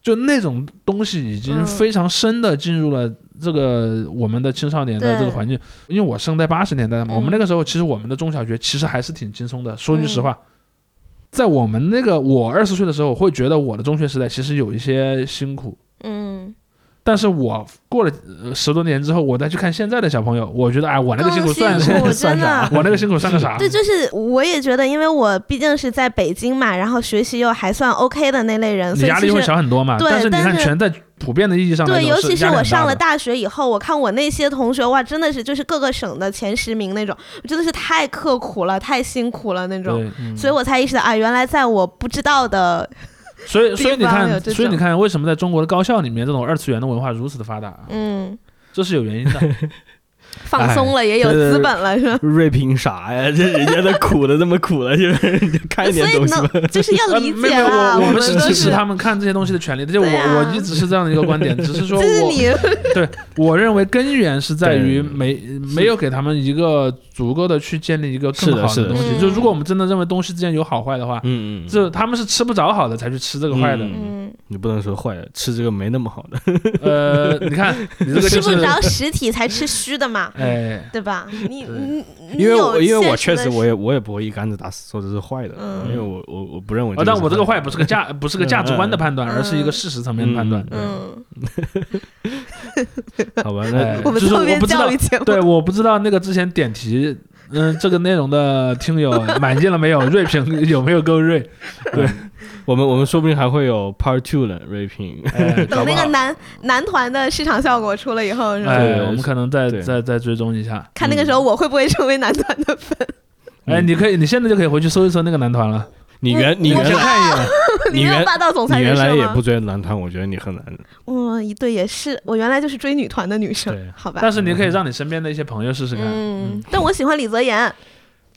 C: 就那种东西已经
B: 嗯
C: 非常深的进入了这个我们的青少年的
B: 对
C: 这个环境。因为我生在八十年代嘛，
B: 嗯嗯
C: 我们那个时候其实我们的中小学其实还是挺轻松的。说句实话，在我们那个我二十岁的时候，我会觉得我的中学时代其实有一些辛苦。
B: 嗯，
C: 但是我过了呃十多年之后，我再去看现在的小朋友，我觉得哎，我那个
B: 更
C: 辛苦算
B: 辛苦
C: 算
B: 真的
C: 啥？我那个辛苦算个啥？
B: 对，就是我也觉得，因为我毕竟是在北京嘛，然后学习又还算 OK 的那类人，
C: 你
B: 呃所以
C: 压
B: 其
C: 力会
B: 实
C: 小很多嘛。
B: 对
C: 但是你
B: 但
C: 看，
B: 是
C: 全在普遍的意义上来
B: 对，
C: 说
B: 尤
C: 是
B: 其是
C: 压力
B: 我
C: 很大
B: 上了
C: 的。
B: 大学以后，我看我那些同学，哇，真的是就是各个省的前十名那种，真的是太刻苦了，太辛苦了那种。
C: 对，
A: 嗯
B: 所以我才意识到啊，原来在我不知道的，
C: 所以所以你
B: 地方有
C: 看，
B: 这种
C: 所以你看，为什么在中国的高校里面，这种二次元的文化如此的发达？
B: 嗯，
C: 这是有原 因的。
B: 放
C: 哎
B: 松了，也有
A: 对对
B: 资
A: 对
B: 本了，是吧？
A: 瑞平啥呀？ 这人家都苦的这么苦了，就是人家看一
B: 所
A: 点
B: 以
A: 东西
B: 呢
A: 吧。，
B: 就是 要
C: 呃
B: 理
C: 没
B: 解
C: 有，没有
B: 啦。
C: 我
B: 我
C: 们
B: 都
C: 是
B: 是
C: 支持他们看这些东西的权利的。就我
B: 对啊
C: 我一直是这样的一个观点，只 是说
B: 这是
C: 我
B: 你
C: 对我认为根源是在于
A: 对
C: 没没有给他们一个足够的去建立一个
A: 是
C: 更
A: 的
C: 好
A: 是的
C: 东西。
B: 嗯
C: 就如果我们真的认为东西之间有好坏的话，
A: 嗯嗯，
C: 这他们是吃不着好的才去吃这个坏的。
A: 嗯
B: 嗯，
A: 你不能说坏了，吃这个没那么好的。
C: 呃，你看你这个
B: 吃
C: 就
B: 不
C: 是
B: 着实体才吃虚的嘛，
C: 哎。
B: 对吧？你
C: 对
B: 你你
A: 因为我
B: 有
A: 因为我确
B: 现
A: 实
B: 的
A: 我也我也不会一竿子打死说这是坏的，
B: 嗯
A: 因为我我我不认为
C: 啊，
A: 个是
C: 但
A: 好的。
C: 我这个坏不是个价，不是个价值观的判断，
B: 嗯
C: 而是一个事实层面的判断。
B: 嗯，
A: 好吧，
C: 哎
A: 那
B: 我们
C: 就是
B: 特
C: 我
B: 别
C: 不知道
B: 教育节目，
C: 对，我不知道那个之前点题，嗯，这个内容的听 友满意了没有？锐评有没有够锐？
A: 我们我们说不定还会有 Part Two 呢，瑞平。
C: 哎，
B: 等
C: 搞不
B: 那
C: 好
B: 个。男男团的市场效果出了以后，是吧？
C: 哎，
A: 对
C: 我们可能再
A: 对
C: 再再追踪一下。
B: 看那个时候我会不会成为男团的粉？
C: 哎，
A: 嗯
C: 你可以，你现在就可以回去搜一搜那个男团了。
A: 你原你
B: 嗯我
A: 原
B: 我
A: 来
C: 看一眼，
A: 你
B: 你没有
A: 原
B: 霸道总
A: 你
B: 裁
A: 原
B: 人
A: 来
B: 设
A: 也
B: 吗
A: 不？追男团，我觉得你很难。
B: 嗯，对，也是。我原来就是追女团的女生
A: 对，
B: 好吧
C: 但。是你可以让你身边的一些朋友试试看。
B: 嗯，但我喜欢李泽言，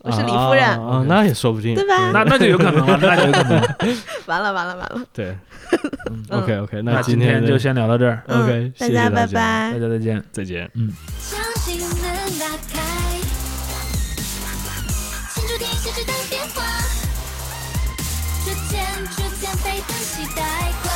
B: 我是李夫人，
A: 啊，那也说不定
B: 对。吧？
C: 那那就有可能了，那就有可能了。
B: 完了完了完了，
A: 对
C: 嗯
A: ，OK OK，
C: 那今
A: 今
C: 天
A: 的
C: 就先聊到这儿，
B: 嗯
A: OK，，
B: 大
A: 谢谢
B: 家拜
A: 大家
B: 拜
C: 大。家再见。
A: 再见。
E: 将心门打开，新主题设置等变化，逐渐逐渐沸腾期待。